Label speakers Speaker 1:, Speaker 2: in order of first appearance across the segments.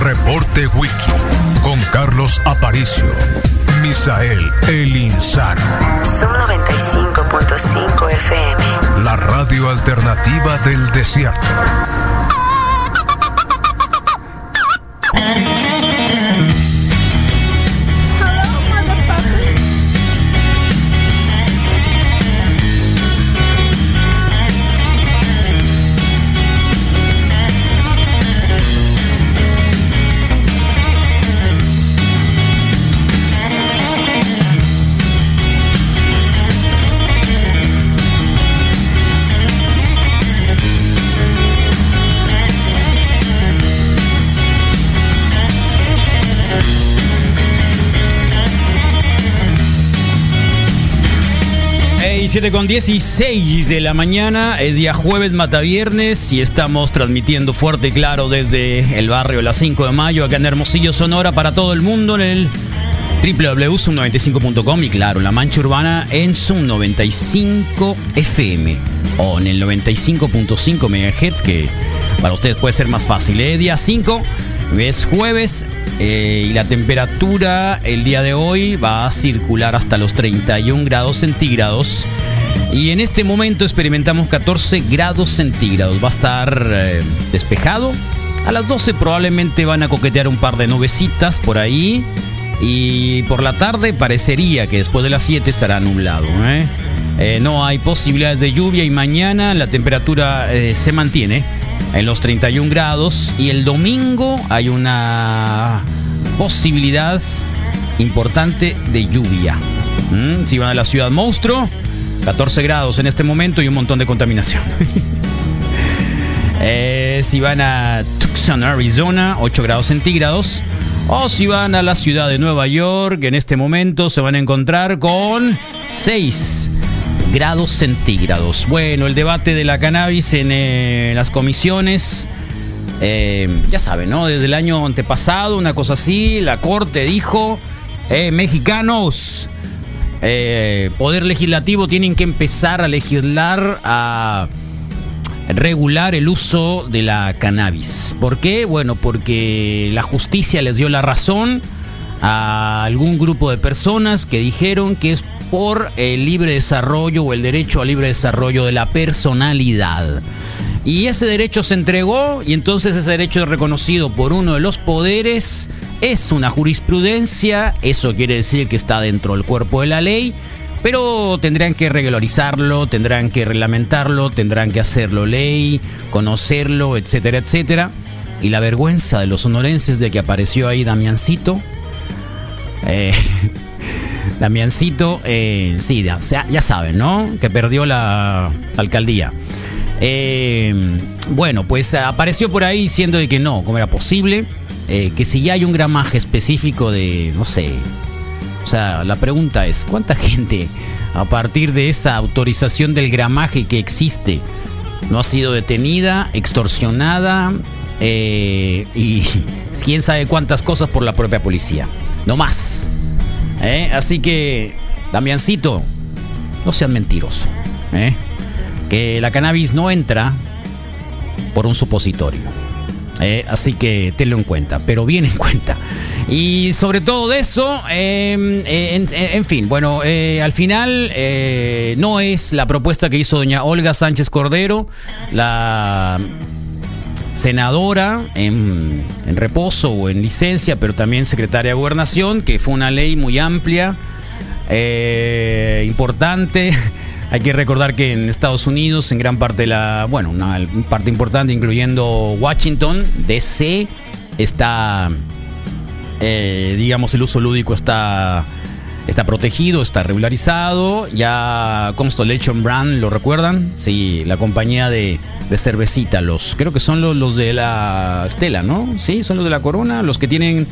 Speaker 1: Reporte Wiki con Carlos Aparicio. Misael El Insano.
Speaker 2: Son 95.5 FM.
Speaker 1: La radio alternativa del desierto.
Speaker 3: Hey, 7 con 16 de la mañana, es día jueves, mata viernes, y estamos transmitiendo fuerte y claro desde el barrio Las 5 de Mayo, acá en Hermosillo, Sonora, para todo el mundo en el www.zoom95.com y claro, la mancha urbana en Zoom 95 FM o en el 95.5 MHz, que para ustedes puede ser más fácil. Es día 5, es jueves, eh, y la temperatura el día de hoy va a circular hasta los 31 grados centígrados. Y en este momento experimentamos 14 grados centígrados. Va a estar eh, despejado. A las 12 probablemente van a coquetear un par de nubecitas por ahí. Y por la tarde parecería que después de las 7 estará nublado. ¿eh? Eh, no hay posibilidades de lluvia y mañana la temperatura eh, se mantiene en los 31 grados. Y el domingo hay una posibilidad importante de lluvia. ¿Mm? Si van a la ciudad monstruo, 14 grados en este momento y un montón de contaminación. Eh, si van a Tucson, Arizona, 8 grados centígrados. O si van a la ciudad de Nueva York, en este momento se van a encontrar con 6 grados centígrados. Bueno, el debate de la cannabis en eh, las comisiones. eh, ya saben, ¿no? Desde el año antepasado, una cosa así, la corte dijo, eh, mexicanos, eh, poder legislativo tienen que empezar a legislar, a regular el uso de la cannabis. ¿Por qué? Bueno, porque la justicia les dio la razón a algún grupo de personas que dijeron que es por el libre desarrollo o el derecho al libre desarrollo de la personalidad. Y ese derecho se entregó y entonces ese derecho es reconocido por uno de los poderes. Es una jurisprudencia, eso quiere decir que está dentro del cuerpo de la ley, pero tendrán que regularizarlo, tendrán que reglamentarlo, tendrán que hacerlo ley, conocerlo, etcétera, etcétera. Y la vergüenza de los sonorenses de que apareció ahí Damiancito. Eh, Damiancito, eh, sí, ya, sea- ya saben, ¿no? Que perdió la alcaldía. Eh, bueno, pues apareció por ahí diciendo de que no, cómo era posible, eh, que si ya hay un gramaje específico de, no sé, o sea, la pregunta es, ¿cuánta gente a partir de esa autorización del gramaje que existe no ha sido detenida, extorsionada eh, y quién sabe cuántas cosas por la propia policía? No más. ¿eh? Así que, Damiancito, no sean mentiroso. ¿eh? Que la cannabis no entra por un supositorio. Eh, así que tenlo en cuenta, pero bien en cuenta. Y sobre todo de eso, eh, en, en- en fin, bueno, eh, al final eh, no es la propuesta que hizo doña Olga Sánchez Cordero, la senadora en, en reposo o en licencia, pero también secretaria de gobernación, que fue una ley muy amplia, eh, importante. Hay que recordar que en Estados Unidos, en gran parte de la, bueno, una parte importante, incluyendo Washington, DC, está eh, digamos, el uso lúdico está, está protegido, está regularizado. Ya Constellation Brand, ¿lo recuerdan? Sí, la compañía de, de cervecita, los creo que son los, los de la Estela, ¿no? Sí, son los de la Corona, los que tienen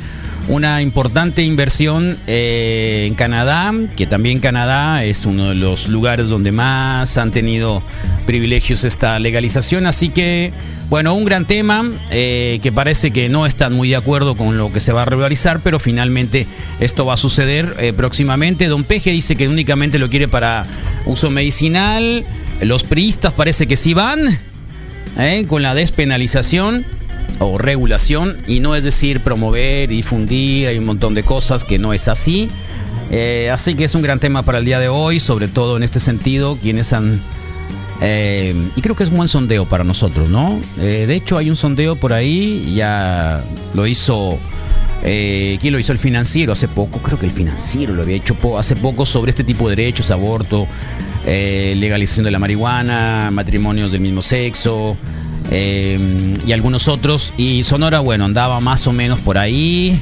Speaker 3: una importante inversión eh, en Canadá, que también Canadá es uno de los lugares donde más han tenido privilegios esta legalización. Así que, bueno, un gran tema eh, que parece que no están muy de acuerdo con lo que se va a regularizar, pero finalmente esto va a suceder eh, próximamente. Don Peje dice que únicamente lo quiere para uso medicinal. Los priistas parece que sí van ¿eh? con la despenalización o regulación y no es decir promover y difundir, hay un montón de cosas que no es así. Eh, así que es un gran tema para el día de hoy, sobre todo en este sentido, quienes han... eh, y creo que es un buen sondeo para nosotros, ¿no? Eh, de hecho hay un sondeo por ahí, ya lo hizo... Eh, ¿Quién lo hizo? El financiero hace poco, creo que el financiero lo había hecho po- hace poco sobre este tipo de derechos, aborto, eh, legalización de la marihuana, matrimonios del mismo sexo, eh, y algunos otros. Y Sonora, bueno, andaba más o menos por ahí.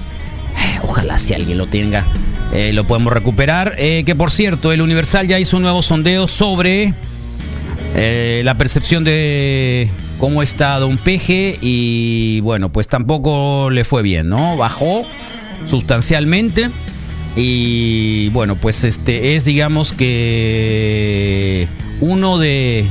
Speaker 3: Eh, Ojalá si alguien lo tenga, eh, lo podemos recuperar. Eh, que por cierto, el Universal ya hizo un nuevo sondeo sobre eh, la percepción de cómo está Don Peje y bueno, pues tampoco le fue bien, ¿no? Bajó sustancialmente y bueno, pues este es digamos que uno de,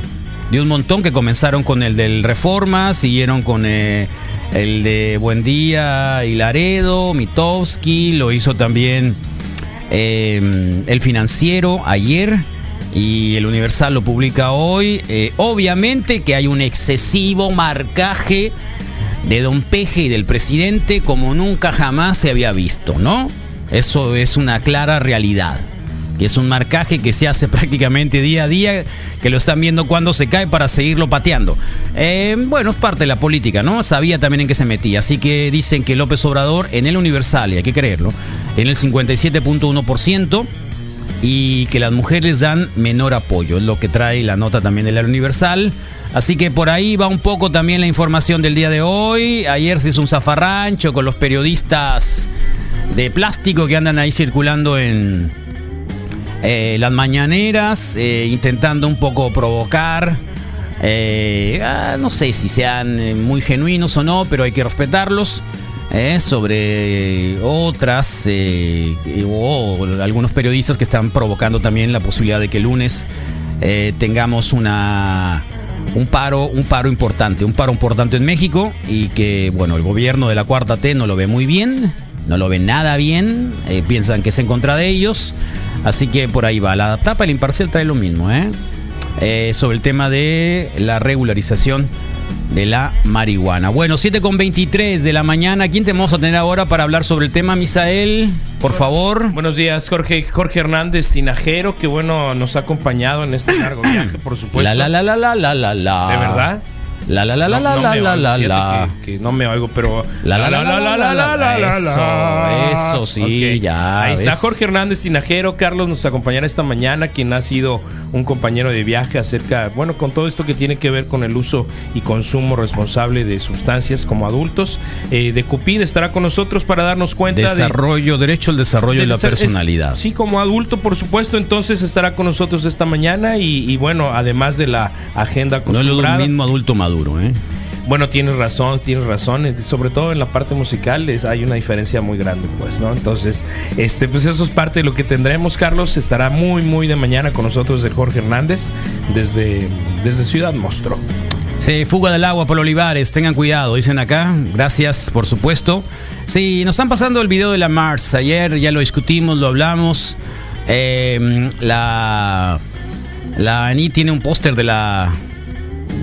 Speaker 3: de un montón que comenzaron con el del Reforma, siguieron con eh, el de Buen Día y Laredo, Mitowski, lo hizo también eh, el financiero ayer y el Universal lo publica hoy. Eh, obviamente que hay un excesivo marcaje de Don Peje y del presidente como nunca jamás se había visto, ¿no? Eso es una clara realidad. Que es un marcaje que se hace prácticamente día a día, que lo están viendo cuando se cae para seguirlo pateando. Eh, bueno, es parte de la política, ¿no? Sabía también en qué se metía. Así que dicen que López Obrador en el Universal, y hay que creerlo, en el 57.1% y que las mujeres dan menor apoyo, es lo que trae la nota también del Universal. Así que por ahí va un poco también la información del día de hoy. Ayer se hizo un zafarrancho con los periodistas de plástico que andan ahí circulando en eh, las mañaneras, eh, intentando un poco provocar. eh, ah, no sé si sean eh, muy genuinos o no, pero hay que respetarlos. eh, sobre otras eh, o algunos periodistas que están provocando también la posibilidad de que el lunes eh, tengamos una un paro, un paro importante, un paro importante en México y que, bueno, el gobierno de la Cuarta T no lo ve muy bien, no lo ve nada bien, eh, piensan que es en contra de ellos, así que por ahí va. La tapa, el imparcial trae lo mismo, ¿eh? Eh, sobre el tema de la regularización de la marihuana. Bueno, 7 con 23 de la mañana, ¿quién te vamos a tener ahora para hablar sobre el tema, Misael? Por favor.
Speaker 4: Buenos días, Jorge, Jorge Hernández Tinajero, que bueno, nos ha acompañado en este largo viaje, por supuesto.
Speaker 3: La, la, la, la, la, la, la, la.
Speaker 4: ¿De verdad?
Speaker 3: La, la, la, la,
Speaker 4: No,
Speaker 3: la,
Speaker 4: no
Speaker 3: la,
Speaker 4: me oigo,
Speaker 3: la,
Speaker 4: fíjate
Speaker 3: la.
Speaker 4: Que, que no me oigo, pero.
Speaker 3: La, la, la, la, la, la, la, la. Eso, eso sí,
Speaker 4: Ok.
Speaker 3: ya,
Speaker 4: Ahí está
Speaker 3: ¿ves?
Speaker 4: Jorge Hernández Tinajero. Carlos nos acompañará esta mañana, quien ha sido un compañero de viaje acerca, bueno, con todo esto que tiene que ver con el uso y consumo responsable de sustancias como adultos. Eh, de Cupid estará con nosotros para darnos cuenta de
Speaker 3: Desarrollo, derecho al desarrollo de la
Speaker 4: ser- es-
Speaker 3: personalidad.
Speaker 4: sí, como adulto, por supuesto. Entonces estará con nosotros esta mañana y, y bueno, además de la agenda
Speaker 3: No es lo de un
Speaker 4: acostumbrada.
Speaker 3: mismo adulto maduro, ¿eh?
Speaker 4: Bueno, tienes razón, tienes razón. eh, Sobre todo en la parte musical es, hay una diferencia muy grande, pues, ¿no? Entonces, este, pues eso es parte de lo que tendremos, Carlos. Estará muy, muy de mañana con nosotros el Jorge Hernández desde, desde Ciudad Mostro.
Speaker 3: Sí, fuga del agua por Olivares, tengan cuidado, dicen acá. Gracias, por supuesto. Sí, nos están pasando el video de la Mars. Ayer ya lo discutimos, lo hablamos. Eh, la. La Ani tiene un póster de la.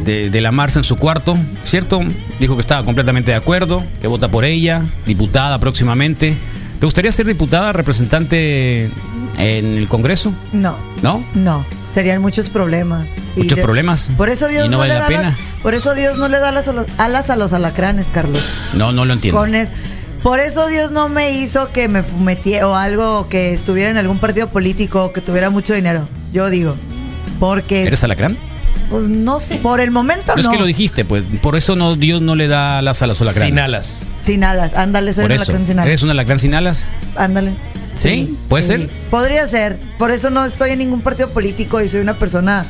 Speaker 3: De, de la Mars en su cuarto, ¿cierto? Dijo que estaba completamente de acuerdo, que vota por ella, diputada próximamente. ¿Te gustaría ser diputada, representante en el Congreso?
Speaker 5: No,
Speaker 3: ¿No?
Speaker 5: no. Serían muchos problemas. Y
Speaker 3: Muchos
Speaker 5: de-
Speaker 3: problemas.
Speaker 5: Por eso Dios
Speaker 3: Y no
Speaker 5: no,
Speaker 3: vale
Speaker 5: le
Speaker 3: la
Speaker 5: da
Speaker 3: pena.
Speaker 5: las- por eso Dios no le da las alo- alas a los alacranes, Carlos.
Speaker 3: No, no lo entiendo.
Speaker 5: Con es- por eso Dios no me hizo que me metiera o algo o que estuviera en algún partido político o que tuviera mucho dinero. Yo digo, porque
Speaker 3: ¿Eres alacrán?
Speaker 5: pues no sé, por el momento
Speaker 3: No,
Speaker 5: no.
Speaker 3: es que lo dijiste, pues por eso no Dios no le da alas a las alacranes.
Speaker 4: Sin alas.
Speaker 5: Sin alas, ándale, soy
Speaker 3: Por
Speaker 5: un
Speaker 3: eso.
Speaker 5: alacrán sin alas.
Speaker 3: ¿Eres un alacrán sin alas?
Speaker 5: Ándale.
Speaker 3: ¿Sí? ¿Puede ser?
Speaker 5: Podría ser. Por eso no estoy en ningún partido político y soy una persona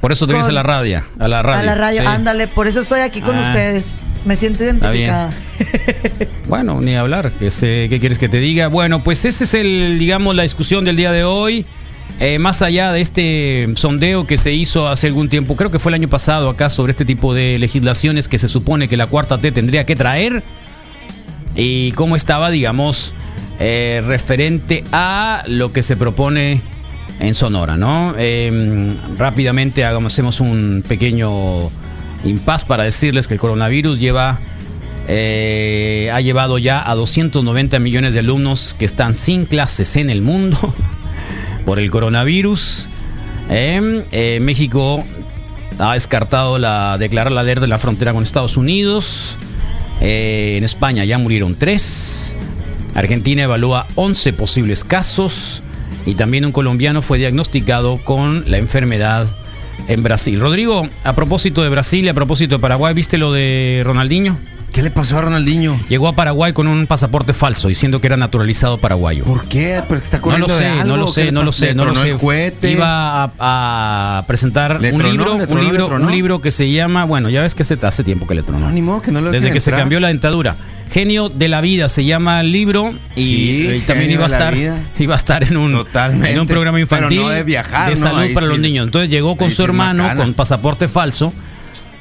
Speaker 3: Por eso te vienes a
Speaker 5: Con-
Speaker 3: la radio. A la radio.
Speaker 5: a la radio.
Speaker 3: Sí.
Speaker 5: Ándale, por eso estoy aquí con
Speaker 3: Ah.
Speaker 5: ustedes. Me siento
Speaker 3: Está bien.
Speaker 5: identificada.
Speaker 3: Bueno, ni hablar. que sé- ¿Qué quieres que te diga? Bueno, pues esa es el, digamos, la discusión del día de hoy. Eh, más allá de este sondeo que se hizo hace algún tiempo, creo que fue el año pasado acá, sobre este tipo de legislaciones que se supone que la cuarta T tendría que traer. Y cómo estaba, digamos, eh, referente a lo que se propone en Sonora, ¿no? Eh, rápidamente hagamos, hacemos un pequeño impas para decirles que el coronavirus lleva eh, ha llevado ya a 290 millones de alumnos que están sin clases en el mundo por el coronavirus. Eh, eh, México ha descartado la declarar la alerta de la frontera con Estados Unidos. Eh, en España ya murieron tres. Argentina evalúa 11 posibles casos. Y también un colombiano fue diagnosticado con la enfermedad en Brasil. Rodrigo, a propósito de Brasil y a propósito de Paraguay, ¿viste lo de Ronaldinho?
Speaker 6: ¿Qué le pasó a Ronaldinho?
Speaker 3: Llegó a Paraguay con un pasaporte falso, diciendo que era naturalizado paraguayo.
Speaker 6: ¿Por qué? Porque está
Speaker 3: No
Speaker 6: corriendo
Speaker 3: lo
Speaker 6: de
Speaker 3: sé,
Speaker 6: algo,
Speaker 3: no lo
Speaker 6: ¿qué
Speaker 3: sé,
Speaker 6: le
Speaker 3: no lo
Speaker 6: pasó?
Speaker 3: sé,
Speaker 6: Le
Speaker 3: no lo
Speaker 6: tronó
Speaker 3: sé.
Speaker 6: el cohete.
Speaker 3: Iba a, a presentar
Speaker 6: Le
Speaker 3: un
Speaker 6: tronó,
Speaker 3: libro,
Speaker 6: le tronó,
Speaker 3: un
Speaker 6: le
Speaker 3: libro,
Speaker 6: tronó.
Speaker 3: un libro que se llama, bueno, ya ves que se hace tiempo que le tronó.
Speaker 6: No, ni modo que no lo
Speaker 3: Desde
Speaker 6: dejen
Speaker 3: que se
Speaker 6: entrar.
Speaker 3: cambió la dentadura. Genio de la vida se llama el libro y, eh,
Speaker 6: Sí,
Speaker 3: y también
Speaker 6: Genio
Speaker 3: iba a
Speaker 6: de la
Speaker 3: estar
Speaker 6: vida.
Speaker 3: iba a estar en un
Speaker 6: Totalmente.
Speaker 3: en un programa
Speaker 6: Pero no
Speaker 3: infantil
Speaker 6: de viajar, ¿no?
Speaker 3: salud
Speaker 6: Ahí
Speaker 3: para
Speaker 6: sí
Speaker 3: los
Speaker 6: es-
Speaker 3: niños. Entonces llegó con
Speaker 6: ahí
Speaker 3: su
Speaker 6: sí es
Speaker 3: hermano
Speaker 6: macana.
Speaker 3: con pasaporte falso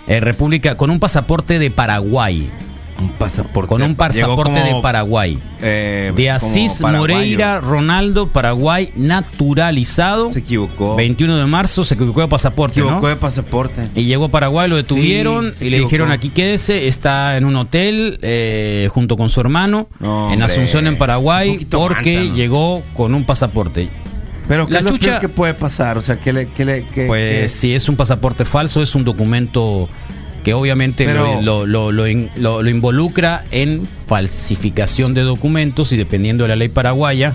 Speaker 3: en República con un pasaporte de Paraguay,
Speaker 6: Un pasaporte.
Speaker 3: con un
Speaker 6: Llegó
Speaker 3: pasaporte
Speaker 6: como,
Speaker 3: de Paraguay.
Speaker 6: eh,
Speaker 3: De
Speaker 6: como
Speaker 3: Asís
Speaker 6: paraguayo.
Speaker 3: Moreira Ronaldo Paraguay naturalizado.
Speaker 6: Se equivocó.
Speaker 3: 21 de marzo se equivocó de pasaporte,
Speaker 6: Equivocó
Speaker 3: ¿no?
Speaker 6: de pasaporte.
Speaker 3: Y llegó a Paraguay, lo detuvieron
Speaker 6: se
Speaker 3: y le
Speaker 6: equivocó.
Speaker 3: dijeron aquí quédese, está en un hotel eh, junto con su hermano
Speaker 6: No,
Speaker 3: en
Speaker 6: hombre.
Speaker 3: Asunción en
Speaker 6: Un
Speaker 3: Paraguay
Speaker 6: poquito
Speaker 3: porque
Speaker 6: aguanta, ¿no?
Speaker 3: llegó con un pasaporte.
Speaker 6: Pero ¿qué
Speaker 3: La
Speaker 6: es lo
Speaker 3: chucha-
Speaker 6: peor que puede pasar? O sea, ¿qué le, qué le, qué-
Speaker 3: Pues
Speaker 6: qué-
Speaker 3: si es un pasaporte falso, es un documento que obviamente
Speaker 6: Pero-
Speaker 3: lo, lo- lo in- lo- lo involucra en falsificación de documentos y dependiendo de la ley paraguaya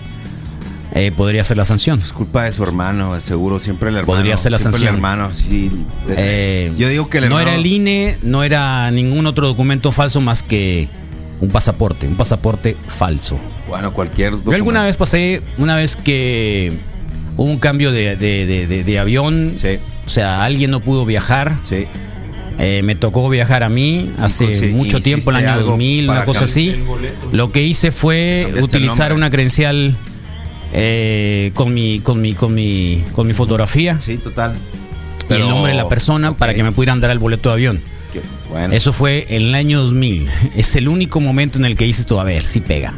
Speaker 3: eh, podría ser la sanción.
Speaker 6: Es Pues culpa de su hermano, seguro, siempre el hermano.
Speaker 3: Podría ser la
Speaker 6: siempre
Speaker 3: sanción.
Speaker 6: el hermano, sí.
Speaker 3: Eh,
Speaker 6: Yo digo que el
Speaker 3: no
Speaker 6: hermano.
Speaker 3: era el INE, no era ningún otro documento falso más que un pasaporte, un pasaporte falso.
Speaker 6: Bueno, cualquier.
Speaker 3: Yo alguna
Speaker 6: documento.
Speaker 3: vez pasé, una vez que hubo un cambio de, de- de- de- de avión,
Speaker 6: Sí.
Speaker 3: o sea, alguien no pudo viajar,
Speaker 6: Sí.
Speaker 3: eh, me tocó viajar a mí hace
Speaker 6: Inclusi-
Speaker 3: mucho tiempo, el
Speaker 6: hiciste
Speaker 3: año
Speaker 6: algo
Speaker 3: 2000,
Speaker 6: para
Speaker 3: una cosa
Speaker 6: cambiar
Speaker 3: así.
Speaker 4: el boleto.
Speaker 3: Lo que hice fue
Speaker 6: Cambiaste el
Speaker 3: utilizar
Speaker 6: nombre.
Speaker 3: una credencial eh, con mi con mi con mi con mi fotografía
Speaker 6: Sí, total.
Speaker 3: y el nombre de la persona para que me pudieran dar el boleto de avión.
Speaker 6: Bueno,
Speaker 3: Eso fue en el año 2000. Es el único momento en el que hice esto. A ver, si pega.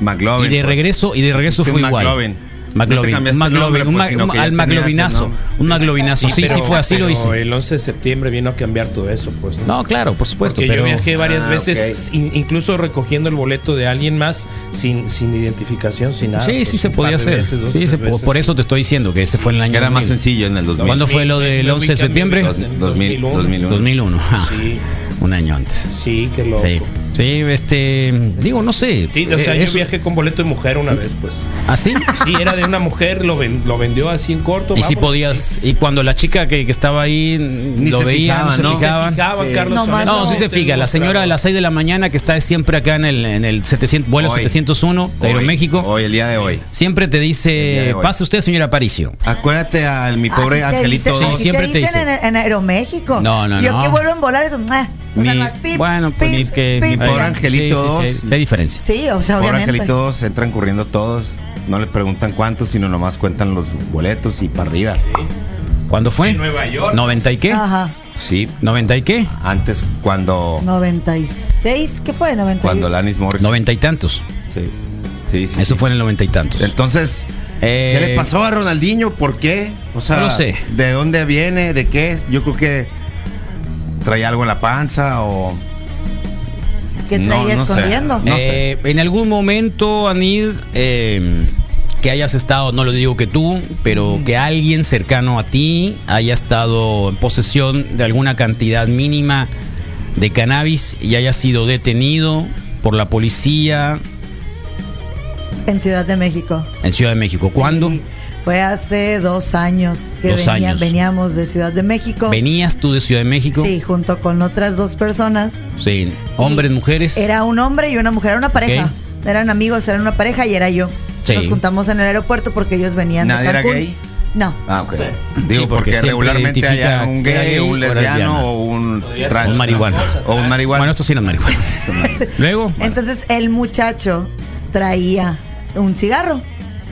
Speaker 6: McLovin.
Speaker 3: y de
Speaker 6: pues.
Speaker 3: regreso, y de regreso
Speaker 6: Hiciste
Speaker 3: fue
Speaker 6: un
Speaker 3: igual.
Speaker 6: McLovin. No te
Speaker 3: McLovin,
Speaker 6: cambiaste el
Speaker 3: McLovin,
Speaker 6: nombre,
Speaker 3: un
Speaker 6: pues,
Speaker 3: ma-
Speaker 6: sino
Speaker 3: un-
Speaker 6: que ya
Speaker 3: al
Speaker 6: tenías el
Speaker 3: McLovinazo,
Speaker 6: nombre.
Speaker 3: un McLovinazo, sí, sí
Speaker 4: pero-
Speaker 3: fue así lo
Speaker 4: pero
Speaker 3: hice.
Speaker 4: El 11 de septiembre vino a cambiar todo eso, pues. ¿no?
Speaker 3: No, claro, por supuesto,
Speaker 4: Porque
Speaker 3: pero
Speaker 4: yo viajé varias
Speaker 6: Ah,
Speaker 4: veces,
Speaker 6: ok.
Speaker 4: in- incluso recogiendo el boleto de alguien más sin, sin identificación, sin nada.
Speaker 3: sí,
Speaker 4: pues,
Speaker 3: sí se
Speaker 4: un par
Speaker 3: podía
Speaker 4: de
Speaker 3: hacer.
Speaker 4: veces, dos,
Speaker 3: Sí,
Speaker 4: tres
Speaker 3: se po-
Speaker 4: veces,
Speaker 3: por
Speaker 4: sí.
Speaker 3: eso te estoy diciendo que ese fue en el año
Speaker 6: Que era más
Speaker 3: 2000.
Speaker 6: sencillo en el 2000.
Speaker 3: ¿Cuándo fue lo del
Speaker 4: Me
Speaker 3: 11 de
Speaker 4: ubican
Speaker 3: septiembre?
Speaker 4: en el
Speaker 6: 2000, 2001.
Speaker 3: 2001, ajá.
Speaker 4: Sí,
Speaker 3: Ah. un año antes.
Speaker 4: sí, que loco.
Speaker 3: Sí, sí, este, digo, no sé.
Speaker 4: Sí, o sea,
Speaker 3: eh,
Speaker 4: yo
Speaker 3: eso-
Speaker 4: viajé con boleto de mujer una vez, pues.
Speaker 3: ¿Ah, sí?
Speaker 4: Sí, era de una mujer, lo, ven- lo vendió así en corto.
Speaker 3: Y si
Speaker 4: vámonos,
Speaker 3: podías, y cuando la chica que, que estaba ahí lo
Speaker 6: se
Speaker 3: veía,
Speaker 6: fijaba,
Speaker 3: no
Speaker 6: ¿no?
Speaker 3: se fijaban.
Speaker 4: Fijaban,
Speaker 6: Sí.
Speaker 4: Carlos.
Speaker 5: No, más
Speaker 3: No,
Speaker 5: Ah, no. este,
Speaker 3: sí se
Speaker 4: Te
Speaker 3: fija. La señora de las 6 de la mañana que está siempre acá en el, en el 700, vuelo
Speaker 6: Hoy.
Speaker 3: 701 de
Speaker 6: Hoy,
Speaker 3: Aeroméxico,
Speaker 6: Hoy, el día de hoy.
Speaker 3: siempre te
Speaker 6: El día de
Speaker 3: dice,
Speaker 6: hoy.
Speaker 3: pase usted, señora Aparicio.
Speaker 6: Acuérdate al mi pobre
Speaker 5: Así te
Speaker 6: angelito.
Speaker 5: dicen,
Speaker 3: Sí,
Speaker 5: así
Speaker 6: dos.
Speaker 3: siempre
Speaker 5: te
Speaker 3: te
Speaker 5: dicen
Speaker 3: dicen.
Speaker 5: en, en Aeroméxico.
Speaker 3: No, no,
Speaker 5: Yo
Speaker 3: no.
Speaker 5: que vuelvo en volar es un. ah, o sea,
Speaker 6: Mi-
Speaker 5: más pip,
Speaker 3: Bueno, pues
Speaker 5: pip,
Speaker 3: es que
Speaker 6: mi
Speaker 5: pip.
Speaker 6: pobre
Speaker 3: eh,
Speaker 6: angelito
Speaker 3: sí, sí, sí,
Speaker 6: dos.
Speaker 3: sí hay diferencia.
Speaker 5: Sí, o sea,
Speaker 6: Pobre
Speaker 5: obviamente.
Speaker 6: angelito, dos, entran corriendo todos. No les preguntan cuántos, sino nomás cuentan los boletos y para arriba.
Speaker 3: ¿Cuándo fue?
Speaker 4: En Nueva York.
Speaker 3: 90 y qué?
Speaker 5: Ajá.
Speaker 6: Sí.
Speaker 3: ¿90 y qué?
Speaker 6: Antes, cuando.
Speaker 5: 96, ¿qué fue? 96.
Speaker 6: Cuando Lanis Morris.
Speaker 3: 90 y tantos.
Speaker 6: Pues, Sí. Sí, sí,
Speaker 3: Eso
Speaker 6: sí.
Speaker 3: fue en el 90 y tantos.
Speaker 6: Entonces,
Speaker 3: Eh,
Speaker 6: ¿qué le pasó a Ronaldinho? ¿Por qué? O sea,
Speaker 3: No lo sé.
Speaker 6: ¿de dónde viene? ¿De qué es? Yo creo que traía algo en la panza o.
Speaker 5: que
Speaker 6: No,
Speaker 5: traía
Speaker 6: no sé.
Speaker 5: escondiendo.
Speaker 6: No sé.
Speaker 3: Eh, En algún momento, Anid, eh, que hayas estado, no lo digo que tú, pero que alguien cercano a ti haya estado en posesión de alguna cantidad mínima de cannabis y haya sido detenido por la policía
Speaker 5: En Ciudad de México.
Speaker 3: en Ciudad de México. ¿Cuándo?
Speaker 5: Sí, Fue hace dos años que
Speaker 3: Dos
Speaker 5: venía-
Speaker 3: años.
Speaker 5: veníamos de Ciudad de México.
Speaker 3: ¿Venías tú de Ciudad de México?
Speaker 5: Sí, junto con otras dos personas.
Speaker 3: Sí. ¿Hombres,
Speaker 5: Y
Speaker 3: mujeres?
Speaker 5: Era un hombre y una mujer, era una pareja. Eran amigos, eran una pareja y era yo.
Speaker 3: Sí.
Speaker 5: Nos juntamos en el aeropuerto porque ellos venían
Speaker 6: ¿Nadie
Speaker 5: de
Speaker 6: era
Speaker 5: Cancún.
Speaker 6: gay?
Speaker 5: No.
Speaker 6: Ah, ok.
Speaker 3: Sí, porque
Speaker 6: Digo, porque,
Speaker 3: siempre
Speaker 6: regularmente hay
Speaker 3: identifica
Speaker 6: un
Speaker 3: que hay
Speaker 6: gay, un
Speaker 3: una lesbiana.
Speaker 6: lesbiano o un trans.
Speaker 3: Un marihuana.
Speaker 6: O un Este marihuana.
Speaker 3: Bueno, esto sí no es marihuana. Luego
Speaker 5: Entonces el muchacho traía un cigarro,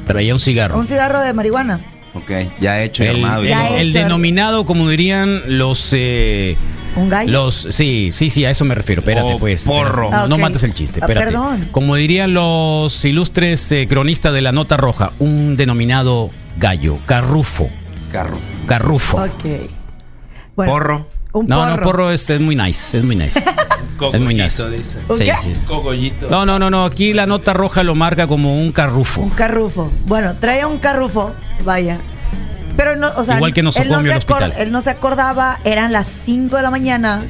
Speaker 3: traía un cigarro.
Speaker 5: un cigarro de marihuana.
Speaker 6: Ok, ya hecho y
Speaker 3: El,
Speaker 6: armado. y
Speaker 3: el-
Speaker 5: Ya
Speaker 6: todo.
Speaker 5: he
Speaker 3: el
Speaker 5: hecho.
Speaker 3: denominado, como dirían los. eh,
Speaker 5: Un gallo.
Speaker 3: Los, sí, sí, sí, a eso me refiero. Espérate,
Speaker 6: O
Speaker 3: pues.
Speaker 6: Oh, porro.
Speaker 3: espérate,
Speaker 5: Ah,
Speaker 3: No
Speaker 5: ok.
Speaker 3: mates el chiste,
Speaker 5: Ah,
Speaker 3: espérate.
Speaker 5: perdón.
Speaker 3: Como dirían los ilustres eh, cronistas de la Nota Roja, un denominado gallo, carrufo.
Speaker 6: Carro.
Speaker 3: Carrufo.
Speaker 5: Ok. Bueno,
Speaker 6: Porro.
Speaker 5: Un
Speaker 3: no,
Speaker 5: porro.
Speaker 3: no, porro es, es muy nice, es muy nice. es muy nice.
Speaker 4: dice.
Speaker 5: ¿Un
Speaker 3: Sí,
Speaker 5: qué?
Speaker 3: sí.
Speaker 4: Cogollito.
Speaker 3: No, no, no, no, aquí la Nota Roja lo marca como un carrufo.
Speaker 5: Un carrufo. Bueno, traía un carrufo, vaya. Pero no, o sea,
Speaker 3: Igual que nos
Speaker 5: él, no
Speaker 3: socomio
Speaker 5: se
Speaker 3: al hospital.
Speaker 5: él no se acordaba, eran las 5 de la mañana.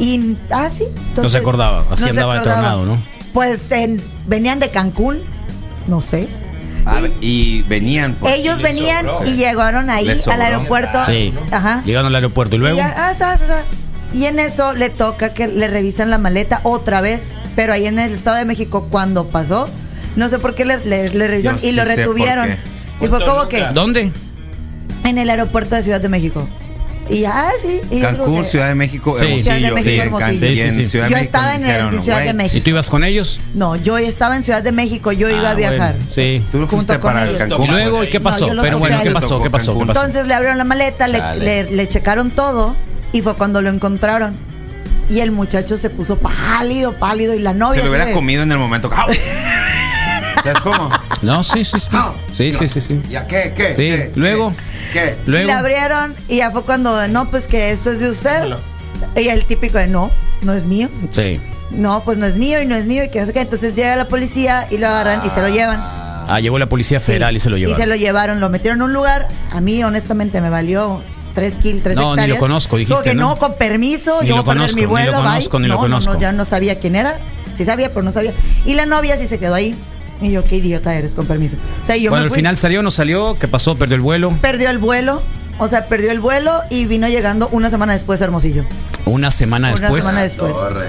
Speaker 5: Y, ah, sí.
Speaker 3: No se acordaba, así
Speaker 5: se
Speaker 3: andaba de tronado, ¿no?
Speaker 5: Pues en- venían de Cancún, no sé.
Speaker 6: Ah, y venían. pues.
Speaker 5: Ellos venían
Speaker 4: sobró.
Speaker 5: y llegaron ahí
Speaker 6: Les
Speaker 5: al
Speaker 6: sobró.
Speaker 5: aeropuerto.
Speaker 3: Sí.
Speaker 5: Ah, Ajá.
Speaker 3: Llegaron al aeropuerto y luego.
Speaker 5: Y, ya, ah, sa, sa, sa. Y en eso le toca que le revisan la maleta otra vez, pero ahí en el Estado de México cuando pasó, no sé por qué le, le- le revisaron
Speaker 6: Yo
Speaker 5: y
Speaker 6: sí
Speaker 5: lo
Speaker 6: sé por
Speaker 5: retuvieron.
Speaker 6: qué.
Speaker 5: Y fue como que
Speaker 3: ¿Dónde?
Speaker 5: en el aeropuerto de Ciudad de México. Y ya, ah, sí. Y yo digo
Speaker 6: Cancún,
Speaker 5: que-
Speaker 6: Ciudad de México,
Speaker 3: Sí.
Speaker 5: Ciudad de
Speaker 6: Hermosillo.
Speaker 5: México,
Speaker 6: y en
Speaker 5: Hermosillo.
Speaker 6: Cancún,
Speaker 3: Sí,
Speaker 6: y
Speaker 3: sí,
Speaker 6: en
Speaker 3: sí.
Speaker 6: Ciudad de
Speaker 5: Yo
Speaker 6: México
Speaker 5: estaba en el-
Speaker 6: dijeron,
Speaker 5: en Ciudad de
Speaker 6: "Güey,
Speaker 5: México".
Speaker 3: ¿Y tú ibas con ellos?
Speaker 5: No, yo estaba en Ciudad de México, yo iba
Speaker 3: Ah,
Speaker 5: a viajar.
Speaker 3: bueno, sí.
Speaker 6: Tú no
Speaker 5: Junto
Speaker 6: fuiste
Speaker 5: con
Speaker 6: para
Speaker 5: ellos.
Speaker 6: Cancún.
Speaker 3: Y luego, ¿y
Speaker 6: güey.
Speaker 3: ¿qué
Speaker 5: No,
Speaker 3: pasó?
Speaker 5: yo los
Speaker 3: Pero bueno,
Speaker 5: toqué
Speaker 3: ¿qué
Speaker 5: a ellos.
Speaker 3: pasó? ¿Qué pasó? ¿Qué pasó?
Speaker 5: Entonces le abrieron la maleta, le,
Speaker 6: Chale.
Speaker 5: le- le checaron todo y fue cuando lo encontraron. Y el muchacho se puso pálido, pálido y la novia...
Speaker 6: Se lo
Speaker 5: así
Speaker 6: hubiera
Speaker 5: de-
Speaker 6: comido en el momento. ¡Au! ¿Sabes cómo?
Speaker 3: No, sí, sí, sí.
Speaker 6: ¡Au!
Speaker 3: Sí, sí, sí, sí.
Speaker 6: ¿Ya qué? ¿Qué?
Speaker 3: Sí,
Speaker 6: ¿Qué?
Speaker 3: luego.
Speaker 6: ¿Qué?
Speaker 5: Y
Speaker 3: Luego.
Speaker 5: la abrieron y ya fue cuando, no, pues que esto es de usted. Y el típico de, no, no es mío.
Speaker 3: Sí.
Speaker 5: No, pues no es mío y no es mío y que no sé qué. Entonces llega la policía y lo agarran y se lo llevan.
Speaker 3: Ah, llegó la policía federal
Speaker 5: Sí.
Speaker 3: y se lo llevaron.
Speaker 5: Y se lo llevaron, lo metieron en un lugar. A mí, honestamente, me valió tres kilos, tres
Speaker 3: No, ni
Speaker 5: hectáreas.
Speaker 3: lo conozco, dijiste,
Speaker 5: Porque
Speaker 3: ¿no?
Speaker 5: no, con permiso,
Speaker 3: Ni
Speaker 5: yo
Speaker 3: lo
Speaker 5: voy a perder
Speaker 3: conozco,
Speaker 5: mi
Speaker 3: ni lo
Speaker 5: vuelo, bye.
Speaker 3: conozco, ni lo
Speaker 5: no, no,
Speaker 3: conozco.
Speaker 5: No, ya no sabía quién era. Sí sabía, pero no sabía. Y la novia sí se quedó ahí. Y yo, qué idiota eres, con permiso. O sea, y yo
Speaker 3: bueno,
Speaker 5: me
Speaker 3: al
Speaker 5: fui.
Speaker 3: final salió, no salió, ¿qué pasó? Perdió el vuelo.
Speaker 5: perdió el vuelo, o sea, perdió el vuelo y vino llegando una semana después a Hermosillo.
Speaker 3: Una semana
Speaker 5: Una
Speaker 3: después.
Speaker 5: semana después.
Speaker 4: Ah,
Speaker 6: Torre.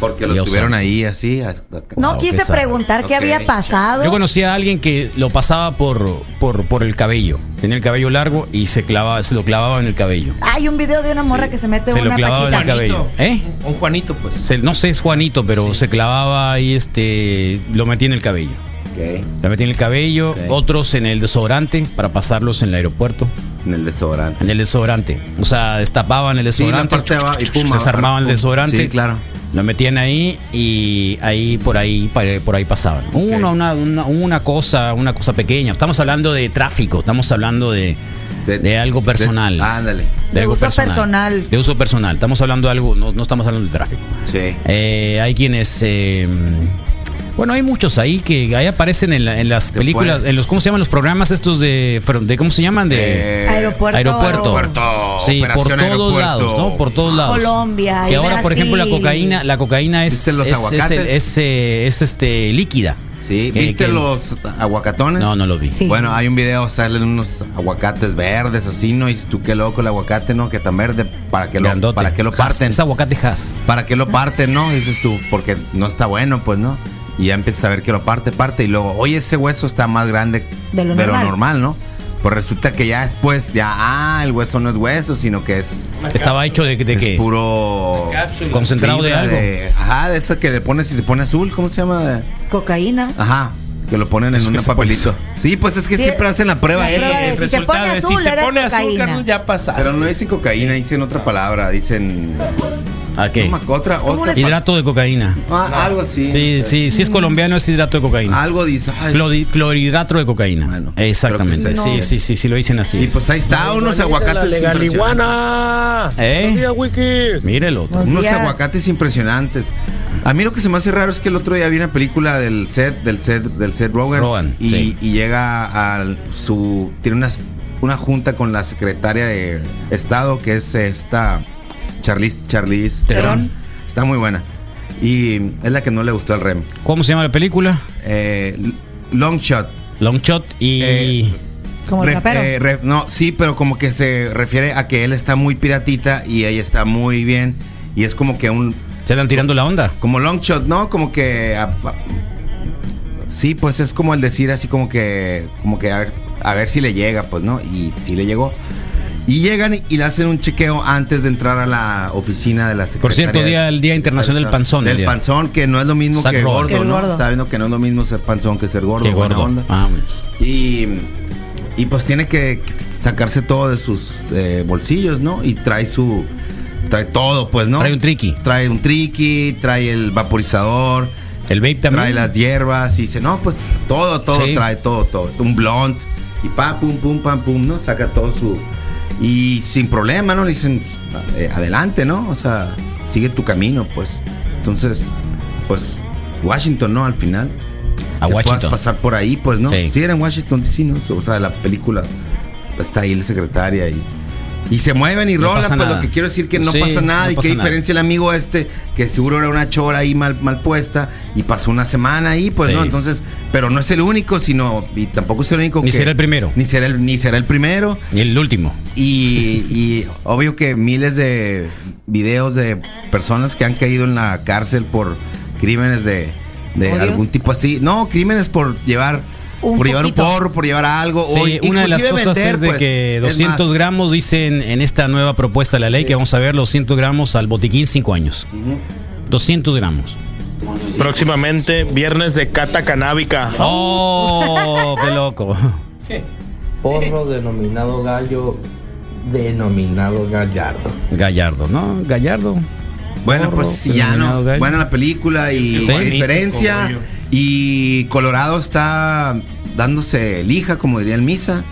Speaker 6: Porque lo
Speaker 3: Dios
Speaker 6: tuvieron
Speaker 3: santo.
Speaker 6: ahí así. a- a-
Speaker 5: No
Speaker 3: Wow, qué
Speaker 5: quise
Speaker 3: zarra.
Speaker 5: preguntar qué
Speaker 6: Ok.
Speaker 5: había pasado.
Speaker 3: Ah, Yo conocí a alguien que lo pasaba por, por, por el cabello. Tenía el cabello largo y se clavaba, se lo clavaba en el cabello.
Speaker 5: Hay un video de una morra que se mete
Speaker 3: Se lo
Speaker 5: una
Speaker 3: clavaba en el
Speaker 5: pachita.
Speaker 3: cabello. ¿Eh?
Speaker 4: Un Juanito, pues.
Speaker 3: Se- no sé, es Juanito, pero se clavaba y este lo metía en el cabello.
Speaker 6: Ok.
Speaker 3: Lo metía en el cabello,
Speaker 6: Ok.
Speaker 3: otros en el desodorante para pasarlos en el aeropuerto.
Speaker 6: En el desodorante.
Speaker 3: En el desodorante. O sea, destapaban el
Speaker 6: Sí, la
Speaker 3: desodorante.
Speaker 6: parte de abajo y pum,
Speaker 3: desarmaban el
Speaker 6: pum.
Speaker 3: desodorante.
Speaker 6: Sí, claro.
Speaker 3: Lo metían ahí y ahí por ahí pa- por ahí pasaban. Una, una, una, una cosa, una cosa pequeña. Estamos hablando de tráfico, estamos hablando de, de, algo
Speaker 6: de- ah,
Speaker 3: personal.
Speaker 6: ándale.
Speaker 5: De uso personal.
Speaker 3: De uso personal. Estamos hablando de algo, no, no estamos hablando de tráfico.
Speaker 6: Sí.
Speaker 3: Eh, hay quienes. eh, bueno, hay muchos ahí que ahí aparecen en, la- en las
Speaker 6: Te
Speaker 3: películas,
Speaker 6: puedes-
Speaker 3: en los cómo se llaman los programas estos de, fron- de cómo se llaman de
Speaker 6: Eh,
Speaker 5: Aeropuerto.
Speaker 3: aeropuerto,
Speaker 6: Aeropuerto,
Speaker 3: sí, por todos
Speaker 6: operación aeropuerto.
Speaker 3: lados, ¿no? Por todos lados.
Speaker 5: Colombia,
Speaker 3: Que
Speaker 5: y
Speaker 3: ahora, por
Speaker 5: Brasil.
Speaker 3: ejemplo, la cocaína, la cocaína es
Speaker 6: ¿Viste los
Speaker 3: es- es
Speaker 6: aguacates?
Speaker 3: el- es, eh, es, este líquida.
Speaker 6: Sí,
Speaker 3: Que-
Speaker 6: ¿viste
Speaker 3: que-
Speaker 6: los aguacatones?
Speaker 3: No, no los vi.
Speaker 5: Sí.
Speaker 6: Bueno, hay un video, salen unos aguacates verdes así, ¿no? Y dices tú, qué loco el aguacate, ¿no? Que tan verde, ¿para qué lo,
Speaker 3: Grandote.
Speaker 6: para qué lo
Speaker 3: Hass,
Speaker 6: parten?
Speaker 3: Es aguacate has.
Speaker 6: ¿Para qué lo parten, no? Dices tú, porque no está bueno, pues, ¿no? Y ya empiezas a ver que lo parte, parte, y luego, oye, ese hueso está más grande
Speaker 5: De lo normal.
Speaker 6: ¿no? Pues resulta que ya después, ya, ah, el hueso no es hueso, sino que es,
Speaker 3: Estaba hecho de, de
Speaker 6: es
Speaker 3: qué?
Speaker 6: puro...
Speaker 4: Cápsula.
Speaker 3: Concentrado de
Speaker 6: fibra
Speaker 3: algo.
Speaker 6: ajá, de esa que le pones y se pone azul, ¿cómo se llama?
Speaker 5: Cocaína.
Speaker 6: Ajá, que lo ponen
Speaker 3: Eso
Speaker 6: en
Speaker 3: que
Speaker 6: un
Speaker 3: se pone
Speaker 6: papelito. Sí, pues es que
Speaker 5: Sí,
Speaker 6: siempre hacen la prueba
Speaker 5: la
Speaker 6: esa.
Speaker 5: prueba
Speaker 4: El
Speaker 5: Si se
Speaker 4: Ah, resultado
Speaker 5: pone
Speaker 4: es,
Speaker 5: azul,
Speaker 4: si se
Speaker 5: eres
Speaker 4: pone azul,
Speaker 5: cocaína.
Speaker 4: Carlos, ya pasaste.
Speaker 6: Pero no dicen cocaína, dicen otra palabra, dicen...
Speaker 3: ¿A qué?
Speaker 6: no me- otra,
Speaker 5: como
Speaker 6: otra.
Speaker 5: una-
Speaker 3: Hidrato de cocaína.
Speaker 6: Ah, Algo así.
Speaker 3: Sí, sí, si es colombiano es hidrato de cocaína.
Speaker 6: Algo dice... ay,
Speaker 3: Clori- clorhidrato de cocaína.
Speaker 6: Ah, Bueno,
Speaker 3: Exactamente.
Speaker 6: creo que
Speaker 3: Sí, sí,
Speaker 6: sí.
Speaker 3: sí, sí, lo dicen así.
Speaker 6: Y pues ahí está, unos aguacates impresionantes.
Speaker 3: ¿Eh? Mírelo. otro.
Speaker 6: Unos
Speaker 5: Días.
Speaker 6: aguacates impresionantes. A mí lo que se me hace raro es que el otro día vi una película del set, del set, del set Rogan.
Speaker 3: Rogan,
Speaker 6: y,
Speaker 3: sí.
Speaker 6: y llega a su. Tiene una, una junta con la secretaria de Estado, que es esta. Charlize. Charlize
Speaker 3: Theron.
Speaker 6: Está muy buena. Y es la que no le gustó al REM.
Speaker 3: ¿Cómo se llama la película?
Speaker 6: Eh, long Shot.
Speaker 3: Long Shot y.
Speaker 6: Eh,
Speaker 5: Como el
Speaker 6: Ref-
Speaker 5: rapero.
Speaker 6: eh, ref- no, sí, pero como que se refiere a que él está muy piratita y ella está muy bien. Y es como que un
Speaker 3: ¿Se andan tirando la onda?
Speaker 6: como long shot, ¿no? Como que a- a- sí, pues es como el decir así como que como que a ver, a ver si le llega, pues, ¿no? Y si le llegó. Y llegan y le hacen un chequeo antes de entrar a la oficina de la Secretaría.
Speaker 3: Por cierto,
Speaker 6: de-
Speaker 3: día- el Día Internacional del Panzón, el
Speaker 6: Del
Speaker 3: día.
Speaker 6: panzón, que no es lo mismo
Speaker 3: Sac
Speaker 6: que
Speaker 3: gordo.
Speaker 6: gordo,
Speaker 5: Que el
Speaker 6: ¿no?
Speaker 5: gordo.
Speaker 6: Sabiendo que no es lo mismo ser panzón que ser gordo,
Speaker 3: Qué
Speaker 6: buena
Speaker 3: gordo.
Speaker 6: onda.
Speaker 3: Ah, bueno.
Speaker 6: Y, y, pues tiene que sacarse todo de sus eh, bolsillos, ¿no? Y trae su. Trae todo, pues, ¿no?
Speaker 3: Trae un triqui.
Speaker 6: Trae un triqui, trae el vaporizador,
Speaker 3: El vape también.
Speaker 6: trae las hierbas. Y dice, no, pues todo, todo,
Speaker 3: Sí.
Speaker 6: trae todo, todo. Un blunt. Y pa, pum, pum, pam, pum, ¿no? Saca todo su. Y sin problema, ¿no? Le dicen, eh, adelante, ¿no? O sea, sigue tu camino, pues. Entonces, pues, Washington, ¿no? Al final
Speaker 3: a
Speaker 6: que puedas
Speaker 3: Washington.
Speaker 6: pasar por ahí, pues, ¿no?
Speaker 3: Sí.
Speaker 6: Sí, era en Washington, sí, ¿no? O sea, la película está ahí la secretaria y. Y se mueven y
Speaker 3: No
Speaker 6: rolan,
Speaker 3: pasa
Speaker 6: pues
Speaker 3: nada.
Speaker 6: lo que quiero decir que no
Speaker 3: Sí,
Speaker 6: pasa nada.
Speaker 3: no
Speaker 6: y
Speaker 3: pasa
Speaker 6: qué
Speaker 3: nada.
Speaker 6: diferencia el amigo este, que seguro era una chora ahí mal, mal puesta, y pasó una semana ahí, pues
Speaker 3: Sí.
Speaker 6: no, entonces, pero no es el único, sino, y tampoco es el único
Speaker 3: Ni
Speaker 6: que-
Speaker 3: será el primero.
Speaker 6: Ni será el, ni será el primero.
Speaker 3: Y el último.
Speaker 6: Y, y obvio que miles de videos de personas que han caído en la cárcel por crímenes de, de
Speaker 5: ¿Odio?
Speaker 6: algún tipo así. No, crímenes por llevar
Speaker 5: Un
Speaker 6: por llevar un
Speaker 5: poquito.
Speaker 6: porro, por llevar algo. o
Speaker 3: Sí, una de las
Speaker 6: inclusive
Speaker 3: cosas
Speaker 6: vender,
Speaker 3: es de
Speaker 6: pues.
Speaker 3: que
Speaker 6: Es
Speaker 3: 200
Speaker 6: más,
Speaker 3: gramos, dicen en esta nueva propuesta de la ley, que vamos a ver los 200 gramos al botiquín 5 años. 200 gramos.
Speaker 7: Próximamente, viernes de cata canábica.
Speaker 3: ¡Oh! ¡Qué loco!
Speaker 8: Porro denominado gallo, denominado gallardo.
Speaker 3: Gallardo, ¿no? Gallardo.
Speaker 6: Bueno, pues
Speaker 3: porro,
Speaker 6: ya no.
Speaker 3: denominado gallo.
Speaker 6: Bueno, la película y
Speaker 3: Sí.
Speaker 6: la
Speaker 3: Sí.
Speaker 6: diferencia. Y Colorado está dándose lija, como diría el misa,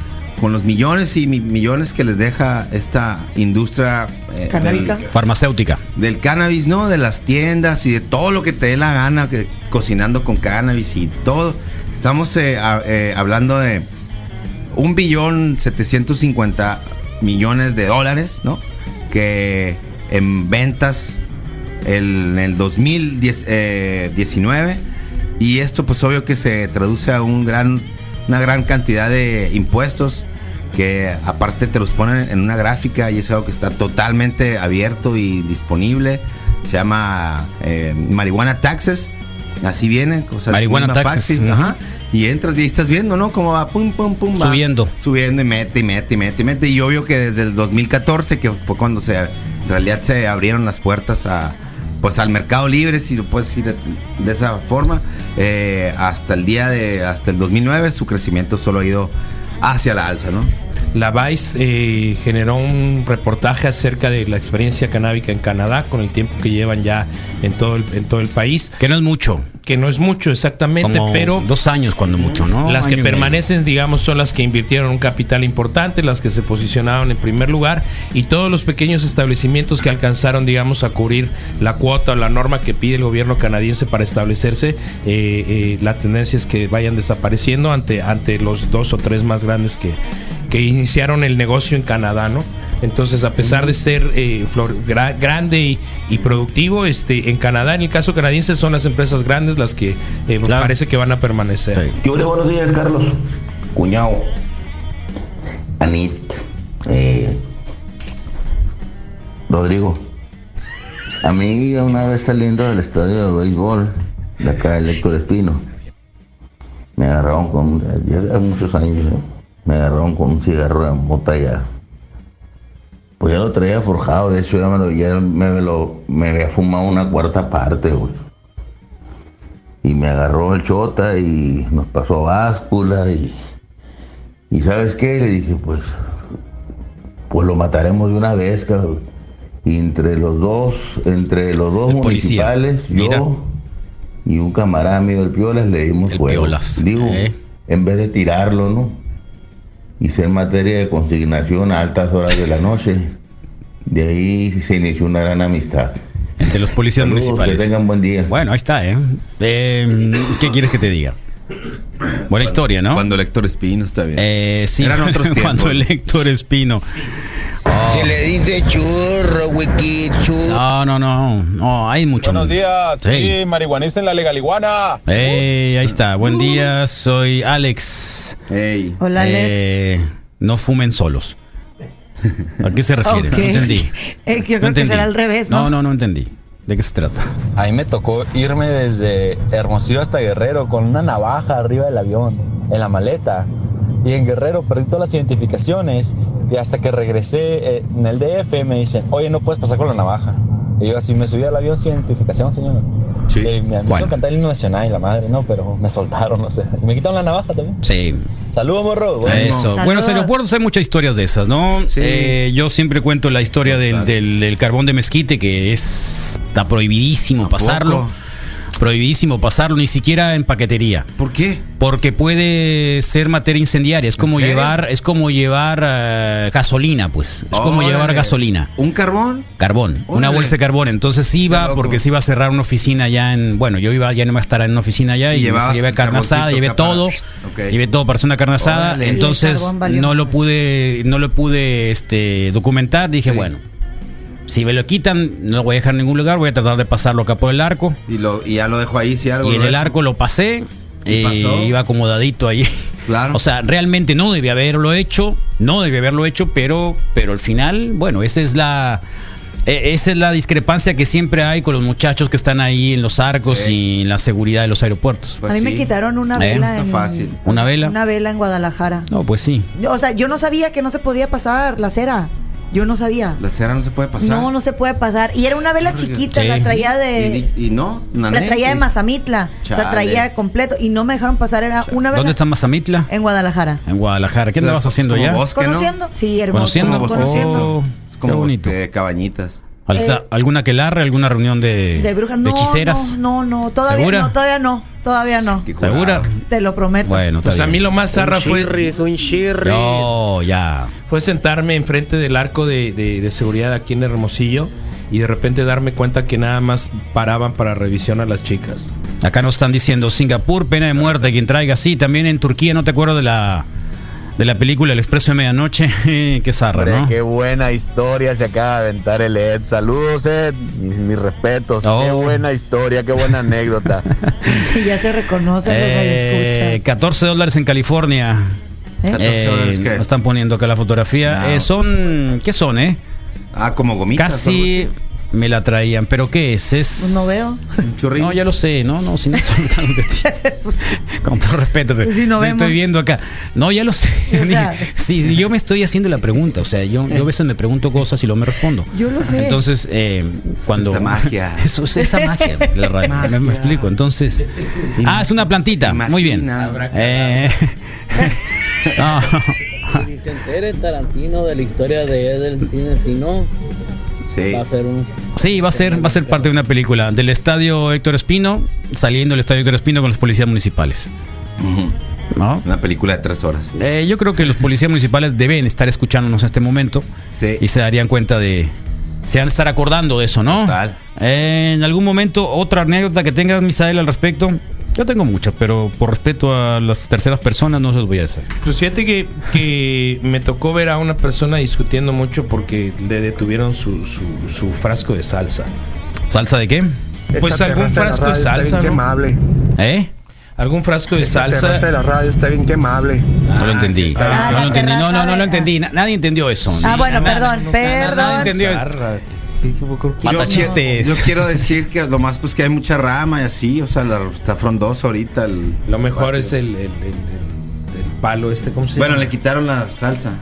Speaker 6: con los millones y mi- millones que les deja esta industria eh, del-
Speaker 5: Canábica.
Speaker 3: Farmacéutica.
Speaker 6: del cannabis, ¿no? De las tiendas y de todo lo que te dé la gana, que, cocinando con cannabis y todo. Estamos eh, a- eh, hablando de un billón 750 millones de dólares, ¿no? Que en ventas el- en el 2019. eh, y esto pues obvio que se traduce a un gran, una gran cantidad de impuestos que aparte te los ponen en una gráfica y es algo que está totalmente abierto y disponible. Se llama eh, Marihuana Taxes. Así viene. o sea,
Speaker 3: Marihuana
Speaker 6: misma
Speaker 3: Taxes, ujú.
Speaker 6: Paxi, ajá. Y entras y ahí estás viendo, ¿no? Cómo va pum, pum, pum. va.
Speaker 3: Subiendo.
Speaker 6: Subiendo y mete, y mete, y mete, y mete. Y obvio que desde el 2014, que fue cuando se, en realidad se abrieron las puertas a, pues al mercado libre, si lo puedes decir de- de esa forma, eh, hasta el día de, hasta el 2009, su crecimiento solo ha ido hacia la alza, ¿no?
Speaker 4: La Vice eh, generó un reportaje acerca de la experiencia canábica en Canadá con el tiempo que llevan ya en todo el, en todo el país,
Speaker 3: Que no es mucho.
Speaker 4: que no es mucho exactamente,
Speaker 3: Como
Speaker 4: pero
Speaker 3: dos años cuando mucho, ¿no?
Speaker 4: las
Speaker 3: Año
Speaker 4: que
Speaker 3: y medio.
Speaker 4: permanecen, digamos, son las que invirtieron un capital importante, las que se posicionaron en primer lugar y todos los pequeños establecimientos que alcanzaron, digamos, a cubrir la cuota o la norma que pide el gobierno canadiense para establecerse. eh, eh, la tendencia es que vayan desapareciendo ante, ante los dos o tres más grandes que, que iniciaron el negocio en Canadá, ¿no? Entonces, a pesar de ser eh, flor- gra- grande y, y productivo, este, en Canadá, en el caso canadiense, son las empresas grandes las que eh,
Speaker 3: Claro.
Speaker 4: parece que van a permanecer.
Speaker 3: Sí.
Speaker 9: Yo le buenos días, Carlos. Cuñado. Anit. eh, Rodrigo. A mí una vez saliendo del estadio de béisbol, de acá de Héctor Espino, me agarraron con, ya hace muchos años, ¿no? me agarraron con un cigarro en botella. Pues ya lo traía forjado, de hecho ya me, lo, ya me, lo, me había fumado una cuarta parte, güey y me agarró el chota y nos pasó báscula y, y ¿sabes qué? Le dije, pues, pues lo mataremos de una vez, cabrón. Y entre los dos, entre los dos
Speaker 3: El policía.
Speaker 9: municipales,
Speaker 3: Mira.
Speaker 9: yo y un camarada mío del Piolas le dimos
Speaker 3: El
Speaker 9: fuego.
Speaker 3: Piolas,
Speaker 9: Digo,
Speaker 3: eh.
Speaker 9: en vez de tirarlo, ¿no? Hice en materia de consignación a altas horas de la noche. De ahí se inició una gran amistad.
Speaker 3: Entre los policías
Speaker 9: Saludos,
Speaker 3: municipales.
Speaker 9: Que tengan buen día.
Speaker 3: Bueno, ahí está, ¿eh? Eh, qué quieres que te diga? Buena historia, ¿no?
Speaker 6: Cuando el Héctor Espino está bien.
Speaker 3: Eh, sí,
Speaker 6: Eran otros tiempos.
Speaker 3: cuando el Héctor Espino.
Speaker 10: Se le dice churro, wiki, churro.
Speaker 3: No, no, no. No, hay mucho.
Speaker 11: Buenos días, sí,
Speaker 3: Sí.
Speaker 11: marihuanicen la legal iguana.
Speaker 3: Ey, ahí está. Buen día, soy Alex.
Speaker 6: Ey.
Speaker 5: Hola, Mm. Alex.
Speaker 3: Eh, no fumen solos. ¿A qué se refiere?
Speaker 5: Ok.
Speaker 3: No entendí.
Speaker 5: Eh, que yo creo que será al revés, ¿no?
Speaker 3: No, no, no entendí. ¿De qué se trata?
Speaker 11: A mí me tocó irme desde Hermosillo hasta Guerrero con una navaja arriba del avión, en la maleta. y en Guerrero perdí todas las identificaciones y hasta que regresé eh, en el DF me dicen, oye, no puedes pasar con la navaja. Y yo así me subí al avión sin identificación, señor. Sí. me me hizo cantar el himno nacional y la madre, no, pero me soltaron, no sé. Y me quitaron la navaja también.
Speaker 3: Sí.
Speaker 11: Saludos, morro. Bueno.
Speaker 3: Eso. Bueno, en aeropuertos hay muchas historias de esas, ¿no? Eh, yo siempre cuento la historia del, del- del carbón de mezquite, que es, está prohibidísimo pasarlo. Prohibidísimo pasarlo, ni siquiera en paquetería.
Speaker 6: ¿Por qué?
Speaker 3: Porque puede ser materia incendiaria. Es como
Speaker 6: serio?
Speaker 3: llevar, es como llevar eh, gasolina, pues. Es como
Speaker 6: Órale.
Speaker 3: llevar gasolina.
Speaker 6: ¿Un carbón?
Speaker 3: Carbón, una
Speaker 6: Órale.
Speaker 3: bolsa de carbón. Entonces sí iba, porque sí iba a cerrar una oficina allá en. Bueno, yo iba, ya no iba a estar en una oficina allá
Speaker 6: Y
Speaker 3: y,
Speaker 6: llevabas
Speaker 3: llevé
Speaker 6: el
Speaker 3: carne asada,
Speaker 6: carboncito
Speaker 3: llevé
Speaker 6: acá
Speaker 3: todo.
Speaker 6: para- Ok.
Speaker 3: Llevé todo para hacer una carne asada.
Speaker 6: Órale.
Speaker 5: El
Speaker 3: Entonces
Speaker 5: carbón valió
Speaker 3: no lo pude, no lo pude este, documentar. Dije, bueno, si me lo quitan, no lo voy a dejar en ningún lugar, voy a tratar de pasarlo acá por el arco.
Speaker 6: Y, lo, y ya lo dejo ahí si algo.
Speaker 3: Y
Speaker 6: lo
Speaker 3: en el
Speaker 6: dejo.
Speaker 3: arco lo pasé.
Speaker 6: ¿Y
Speaker 3: eh,
Speaker 6: pasó?
Speaker 3: iba acomodadito ahí.
Speaker 6: Claro.
Speaker 3: O sea, realmente no debía haberlo hecho. No debía haberlo hecho, pero, pero al final, bueno, esa es la. e- Esa es la discrepancia que siempre hay con los muchachos que están ahí en los arcos y en la seguridad de los aeropuertos.
Speaker 4: Pues
Speaker 6: Pues
Speaker 5: a mí me quitaron una
Speaker 3: Eh,
Speaker 5: vela.
Speaker 3: está
Speaker 5: en-
Speaker 3: fácil. ¿Una vela?
Speaker 5: Una vela en Guadalajara.
Speaker 3: No, pues sí.
Speaker 5: Yo- O sea, yo no sabía que no se podía pasar la cera. Yo no sabía.
Speaker 6: La cera no se puede pasar.
Speaker 5: No, no se puede pasar. Y era una vela chiquita,
Speaker 6: Sí.
Speaker 5: la traía de.
Speaker 6: Y, y no,
Speaker 5: La
Speaker 6: nanete.
Speaker 5: traía de Mazamitla.
Speaker 3: Chale.
Speaker 5: La traía completo. Y no me dejaron pasar. Era una vela Eh.
Speaker 3: ¿Dónde está Mazamitla?
Speaker 5: en Guadalajara.
Speaker 3: En Guadalajara. ¿Qué
Speaker 6: O sea,
Speaker 3: andabas
Speaker 6: es
Speaker 3: haciendo
Speaker 6: como
Speaker 3: ya?
Speaker 6: bosque, ¿no?
Speaker 5: ¿Conociendo? Sí, hermoso.
Speaker 3: Conociendo.
Speaker 5: Conociendo.
Speaker 3: Oh,
Speaker 6: Es como
Speaker 3: qué bonito.
Speaker 6: bosque de cabañitas.
Speaker 3: Alta- ¿Alguna que larre? ¿Alguna reunión de,
Speaker 5: Eh. De brujas.
Speaker 3: de
Speaker 5: No,
Speaker 3: hechiceras?
Speaker 5: no, no, no. Todavía
Speaker 3: ¿Segura?
Speaker 5: no, todavía no. Todavía no.
Speaker 3: ¿Segura?
Speaker 5: Te lo prometo.
Speaker 3: Bueno, está
Speaker 4: Pues a
Speaker 3: bien.
Speaker 4: mí lo más zarra
Speaker 8: Un
Speaker 4: fue.
Speaker 8: chirris, un chirris.
Speaker 3: No, ya.
Speaker 4: fue sentarme enfrente del arco de, de- de seguridad aquí en Hermosillo y de repente darme cuenta que nada más paraban para revisión a las chicas.
Speaker 3: Acá nos están diciendo Singapur, pena de muerte quien traiga. Sí, también en Turquía, no te acuerdo de la de la película El Expreso de Medianoche. Qué zarra,
Speaker 11: Hombre,
Speaker 3: ¿no?
Speaker 11: Qué buena historia se acaba de aventar el Ed. Saludos, Ed. Mis, mis respetos.
Speaker 3: Oh,
Speaker 11: Qué buena historia, qué buena anécdota.
Speaker 5: Y ya se reconocen los
Speaker 3: Eh,
Speaker 5: radioescuchas.
Speaker 3: 14 dólares en California.
Speaker 5: ¿Eh?
Speaker 6: 14 dólares, ¿qué?
Speaker 3: Nos están poniendo acá la fotografía.
Speaker 6: No,
Speaker 3: Eh, son, ¿qué son, eh?
Speaker 6: Ah, como gomitas.
Speaker 3: Casi me la traían, pero ¿qué es? Es
Speaker 5: No veo.
Speaker 3: No, ya lo sé, no, no, si no son tan de ti. Con todo respeto, pero
Speaker 5: Si no
Speaker 3: me
Speaker 5: vemos.
Speaker 3: estoy viendo acá. No, ya lo sé.
Speaker 5: O sea.
Speaker 3: Sí, yo me estoy haciendo la pregunta, o sea, yo, yo a veces me pregunto cosas y luego me respondo.
Speaker 5: Yo lo sé.
Speaker 3: Entonces, eh, cuando.
Speaker 6: esa magia.
Speaker 3: Eso es esa magia de la radio. Me, me explico. Entonces. Ah, es una plantita. Muy bien.
Speaker 6: Imagina.
Speaker 3: Eh, no.
Speaker 12: Si se entere Tarantino de la historia de Ed del cine, si no, va a ser un
Speaker 3: Sí, va a ser, va a ser parte de una película del estadio Héctor Espino, saliendo del estadio Héctor Espino con los policías municipales. ¿No?
Speaker 6: Una película de tres horas.
Speaker 3: Eh, yo creo que los policías municipales deben estar escuchándonos en este momento y se darían cuenta de. Se van a estar acordando de eso, ¿no? Eh, en algún momento, otra anécdota que tengas, Misael, al respecto. Yo tengo muchas, pero por respeto a las terceras personas no se los voy a decir.
Speaker 4: Pues fíjate que, que me tocó ver a una persona discutiendo mucho porque le detuvieron su, su- su frasco de salsa.
Speaker 3: ¿Salsa de qué?
Speaker 4: Pues
Speaker 13: Esta
Speaker 4: algún
Speaker 13: terraza de la
Speaker 4: frasco de
Speaker 13: radio está
Speaker 4: salsa.
Speaker 13: bien
Speaker 4: ¿no?
Speaker 13: quemable.
Speaker 3: ¿Eh?
Speaker 4: Algún frasco de
Speaker 13: Esta terraza de
Speaker 4: salsa.
Speaker 13: la radio está bien quemable.
Speaker 3: No lo entendí.
Speaker 13: Ah,
Speaker 3: no
Speaker 13: la
Speaker 3: lo entendí. No,
Speaker 13: terraza
Speaker 3: no, no lo entendí. Na- Nadie entendió eso.
Speaker 5: Ah,
Speaker 3: Ni-
Speaker 5: bueno,
Speaker 3: na-
Speaker 5: perdón,
Speaker 3: Nadie
Speaker 5: perdón.
Speaker 3: entendió eso.
Speaker 4: Zarra.
Speaker 3: Matachistes.
Speaker 6: Yo quiero decir que lo más pues que hay mucha rama y así, o sea, la- está frondoso ahorita. el-
Speaker 4: Lo mejor es el, el- el- el- el palo este, ¿cómo se
Speaker 6: Bueno,
Speaker 4: llama?
Speaker 6: le quitaron la salsa.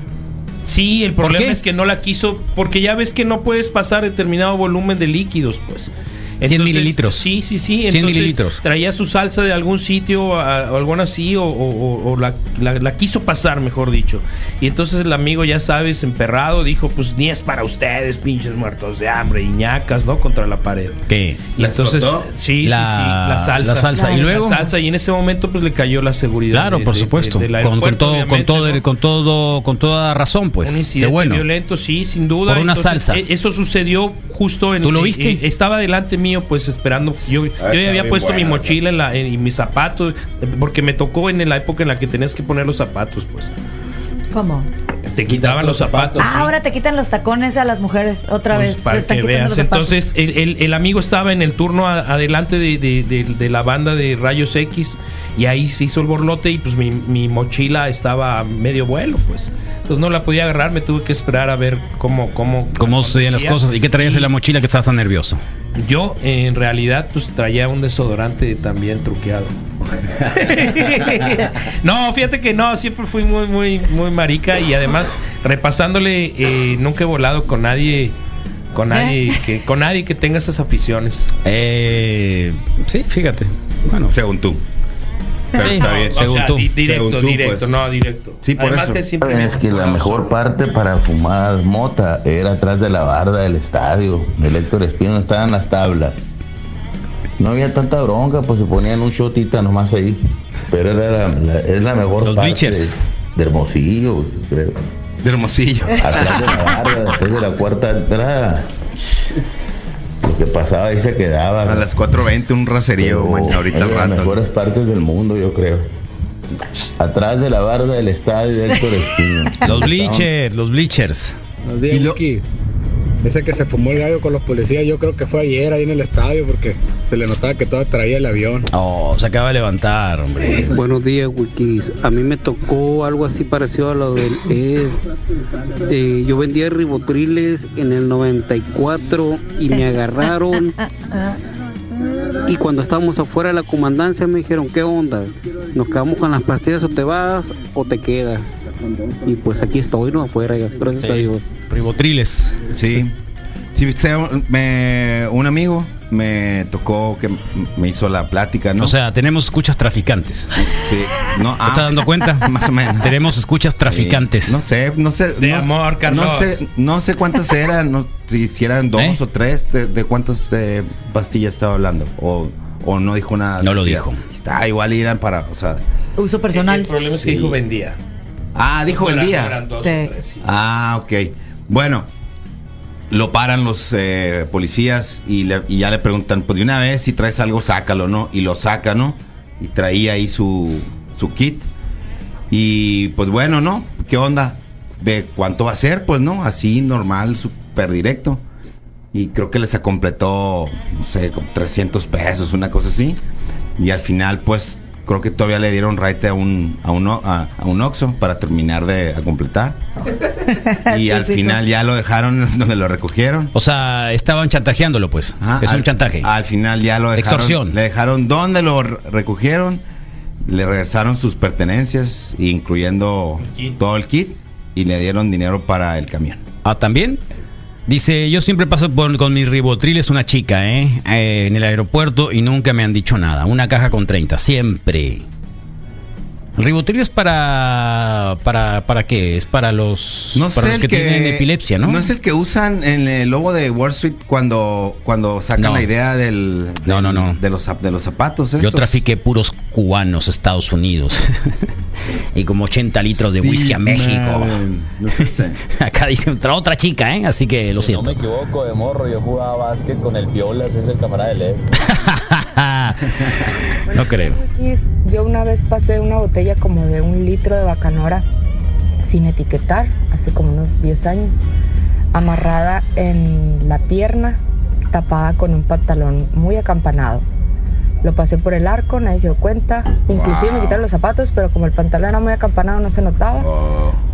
Speaker 4: Sí, el problema es que no la quiso, porque ya ves que no puedes pasar determinado volumen de líquidos, pues.
Speaker 3: 100 mililitros.
Speaker 4: Sí, sí, sí.
Speaker 3: 100
Speaker 4: entonces,
Speaker 3: mililitros.
Speaker 4: Traía su salsa de algún sitio a- o alguna así, o, o- o- o la, la- la quiso pasar, mejor dicho. Y entonces el amigo, ya sabes, emperrado, dijo: Pues ni es para ustedes, pinches muertos de hambre, iñacas, ¿no? Contra la pared.
Speaker 3: ¿Qué?
Speaker 4: Y entonces,
Speaker 3: explotó?
Speaker 4: sí,
Speaker 3: La-
Speaker 4: sí, sí, la salsa.
Speaker 3: la salsa. ¿Y
Speaker 4: La
Speaker 3: luego?
Speaker 4: salsa, y en ese momento, pues le cayó la seguridad.
Speaker 3: Claro,
Speaker 4: de-
Speaker 3: por
Speaker 4: de-
Speaker 3: supuesto.
Speaker 4: de- del
Speaker 3: con, con
Speaker 4: aeropuerto,
Speaker 3: todo, con
Speaker 4: obviamente,
Speaker 3: todo,
Speaker 4: ¿no?
Speaker 3: con todo, con toda razón, pues.
Speaker 4: un
Speaker 3: Qué
Speaker 4: incidente
Speaker 3: bueno.
Speaker 4: violento, sí, sin duda.
Speaker 3: Por una salsa.
Speaker 4: e- Eso sucedió justo en.
Speaker 3: ¿Tú lo viste? Ah,
Speaker 4: eh, estaba delante mío, pues esperando. Yo, yo
Speaker 3: está
Speaker 4: ya había
Speaker 3: bien
Speaker 4: puesto mi
Speaker 3: buena,
Speaker 4: mochila en la, en- y mis zapatos, eh, porque me tocó en la época en la que tenías que poner los zapatos, pues.
Speaker 5: ¿Cómo?
Speaker 4: Te quitaban los zapatos.
Speaker 6: Pues
Speaker 5: Ah,
Speaker 4: sí.
Speaker 5: ahora te quitan los tacones a las mujeres otra
Speaker 4: Pues,
Speaker 5: vez.
Speaker 4: para
Speaker 5: les están
Speaker 4: que
Speaker 5: quitando los
Speaker 4: veas.
Speaker 5: zapatos.
Speaker 4: Entonces, el, el- el amigo estaba en el turno a- adelante de, de- de- de la banda de Rayos X y ahí se hizo el borlote y pues mi, mi mochila estaba a medio vuelo, pues. Entonces no la podía agarrar, me tuve que esperar a ver cómo... Cómo,
Speaker 3: ¿Cómo sucedían las
Speaker 4: acontecía.
Speaker 3: cosas? ¿Y qué traías en la mochila que estabas tan nervioso?
Speaker 4: Yo, en realidad, pues traía un desodorante también truqueado. no, fíjate que no, siempre fui muy, muy, muy marica y además repasándole, eh, nunca he volado con nadie. Con nadie, que, con nadie que tenga esas aficiones.
Speaker 3: Eh, sí, fíjate. Bueno.
Speaker 6: Según tú. Pero
Speaker 4: Sí.
Speaker 6: está
Speaker 4: No,
Speaker 6: bien.
Speaker 4: o sea, di- directo,
Speaker 6: Según tú,
Speaker 4: directo,
Speaker 6: pues.
Speaker 4: no, directo.
Speaker 6: Sí, por
Speaker 4: Además
Speaker 6: eso.
Speaker 4: que siempre-
Speaker 9: Es que la mejor parte para fumar mota era atrás de la barda del estadio. El Héctor Espino estaba en las tablas. No había tanta bronca, pues se ponían un shotita nomás ahí. Pero era la, la- es la mejor parte de, de Hermosillo, creo.
Speaker 6: De Hermosillo.
Speaker 9: Atrás de la barda, después de la cuarta entrada. Lo que pasaba ahí se quedaba.
Speaker 6: A las 4.20 un raserío, Ah, mañana, ahorita
Speaker 9: es
Speaker 6: al
Speaker 9: de las
Speaker 6: rato.
Speaker 9: mejores partes del mundo, yo creo. Atrás de la barda del estadio Héctor Espino.
Speaker 3: Los bleachers, los bleachers.
Speaker 13: Buenos días, Vicky. Ese que se fumó el gallo con los policías, yo creo que fue ayer ahí en el estadio porque se le notaba que todo traía el avión.
Speaker 3: Oh, se acaba de levantar, hombre.
Speaker 14: Buenos días, Wikis. A mí me tocó algo así parecido a lo del Ed. Eh, yo vendía ribotriles en el 94 y me agarraron. Y cuando estábamos afuera de la comandancia me dijeron, ¿qué onda? ¿Nos quedamos con las pastillas o te vas o te quedas? Y pues aquí estoy, ¿no? Afuera, gracias
Speaker 3: Sí.
Speaker 14: a Dios.
Speaker 3: Ribotriles.
Speaker 6: Sí. Sí, viste, me- un amigo me tocó que me hizo la plática, ¿no?
Speaker 3: O sea, tenemos escuchas traficantes.
Speaker 6: Sí. No, ah,
Speaker 3: ¿Te estás dando cuenta?
Speaker 6: Más o menos.
Speaker 3: Tenemos escuchas traficantes.
Speaker 6: No sé, no sé.
Speaker 3: De
Speaker 6: no, sé-
Speaker 3: amor,
Speaker 6: No
Speaker 3: Carlos. ¿Eh?
Speaker 6: sé, no sé cuántas eran, no, si, si eran dos o tres, de, de cuántas eh, pastillas estaba hablando. O, o no dijo nada.
Speaker 3: No lo
Speaker 6: Ya,
Speaker 3: dijo.
Speaker 6: Está igual, eran para. O sea,
Speaker 5: Uso personal.
Speaker 4: El problema es que
Speaker 6: Sí.
Speaker 4: dijo vendía.
Speaker 6: ah, dijo el
Speaker 4: Eran-
Speaker 6: día.
Speaker 4: eran dos o
Speaker 5: Sí.
Speaker 4: tres, sí.
Speaker 6: Ah, ok. Bueno, lo paran los eh, policías y, le- y ya le preguntan, pues de una vez si traes algo, sácalo, ¿no? Y lo saca, ¿no? Y traía ahí su, su kit. Y pues bueno, ¿no? ¿Qué onda? ¿De cuánto va a ser? Pues no, así normal, súper directo. Y creo que les completó, no sé, como 300 pesos, una cosa así. Y al final, pues, creo que todavía le dieron raite a un, a un, o- a, a un Oxxo para terminar de a completar. Y al final ya lo dejaron donde lo recogieron.
Speaker 3: O sea, estaban chantajeándolo, pues.
Speaker 6: Ajá,
Speaker 3: es
Speaker 6: Ah, al-
Speaker 3: un chantaje.
Speaker 6: Al final ya lo dejaron.
Speaker 3: Extorsión.
Speaker 6: Le dejaron donde lo re- recogieron. Le regresaron sus pertenencias, incluyendo todo el kit. Y le dieron dinero para el camión.
Speaker 3: Ah, ¿también? Dice, yo siempre paso por- con mis ribotriles una chica, ¿eh? Eh, En el aeropuerto y nunca me han dicho nada. Una caja con 30, siempre. Ribotriles para... ¿Para, para qué? Es para los,
Speaker 6: No
Speaker 3: para
Speaker 6: sé
Speaker 3: los
Speaker 6: el
Speaker 3: que, tienen epilepsia, ¿no?
Speaker 6: No es el que usan en el lobo de Wall Street cuando, cuando sacan
Speaker 3: No.
Speaker 6: la idea del,
Speaker 3: No, no, no.
Speaker 6: De, los, zap- de los zapatos.
Speaker 3: Yo
Speaker 6: estos.
Speaker 3: trafiqué puros cubanos a Estados Unidos. y como 80 litros de whisky a
Speaker 6: Steve
Speaker 3: México.
Speaker 6: Madden, No sé, sé.
Speaker 3: Acá dice otra, otra chica, ¿eh? Así que lo
Speaker 11: Si no me
Speaker 3: siento.
Speaker 11: equivoco, de morro, yo jugaba básquet con el Piolas, es el camarada E. de Ed.
Speaker 3: no creo.
Speaker 15: X, Yo una vez pasé una botella como de un litro de bacanora sin etiquetar, hace como unos 10 años, amarrada en la pierna, tapada con un pantalón muy acampanado. Lo pasé por el arco, nadie se dio cuenta. Inclusive me
Speaker 16: Wow.
Speaker 15: quitaron los zapatos, pero como el pantalón era muy acampanado no se notaba.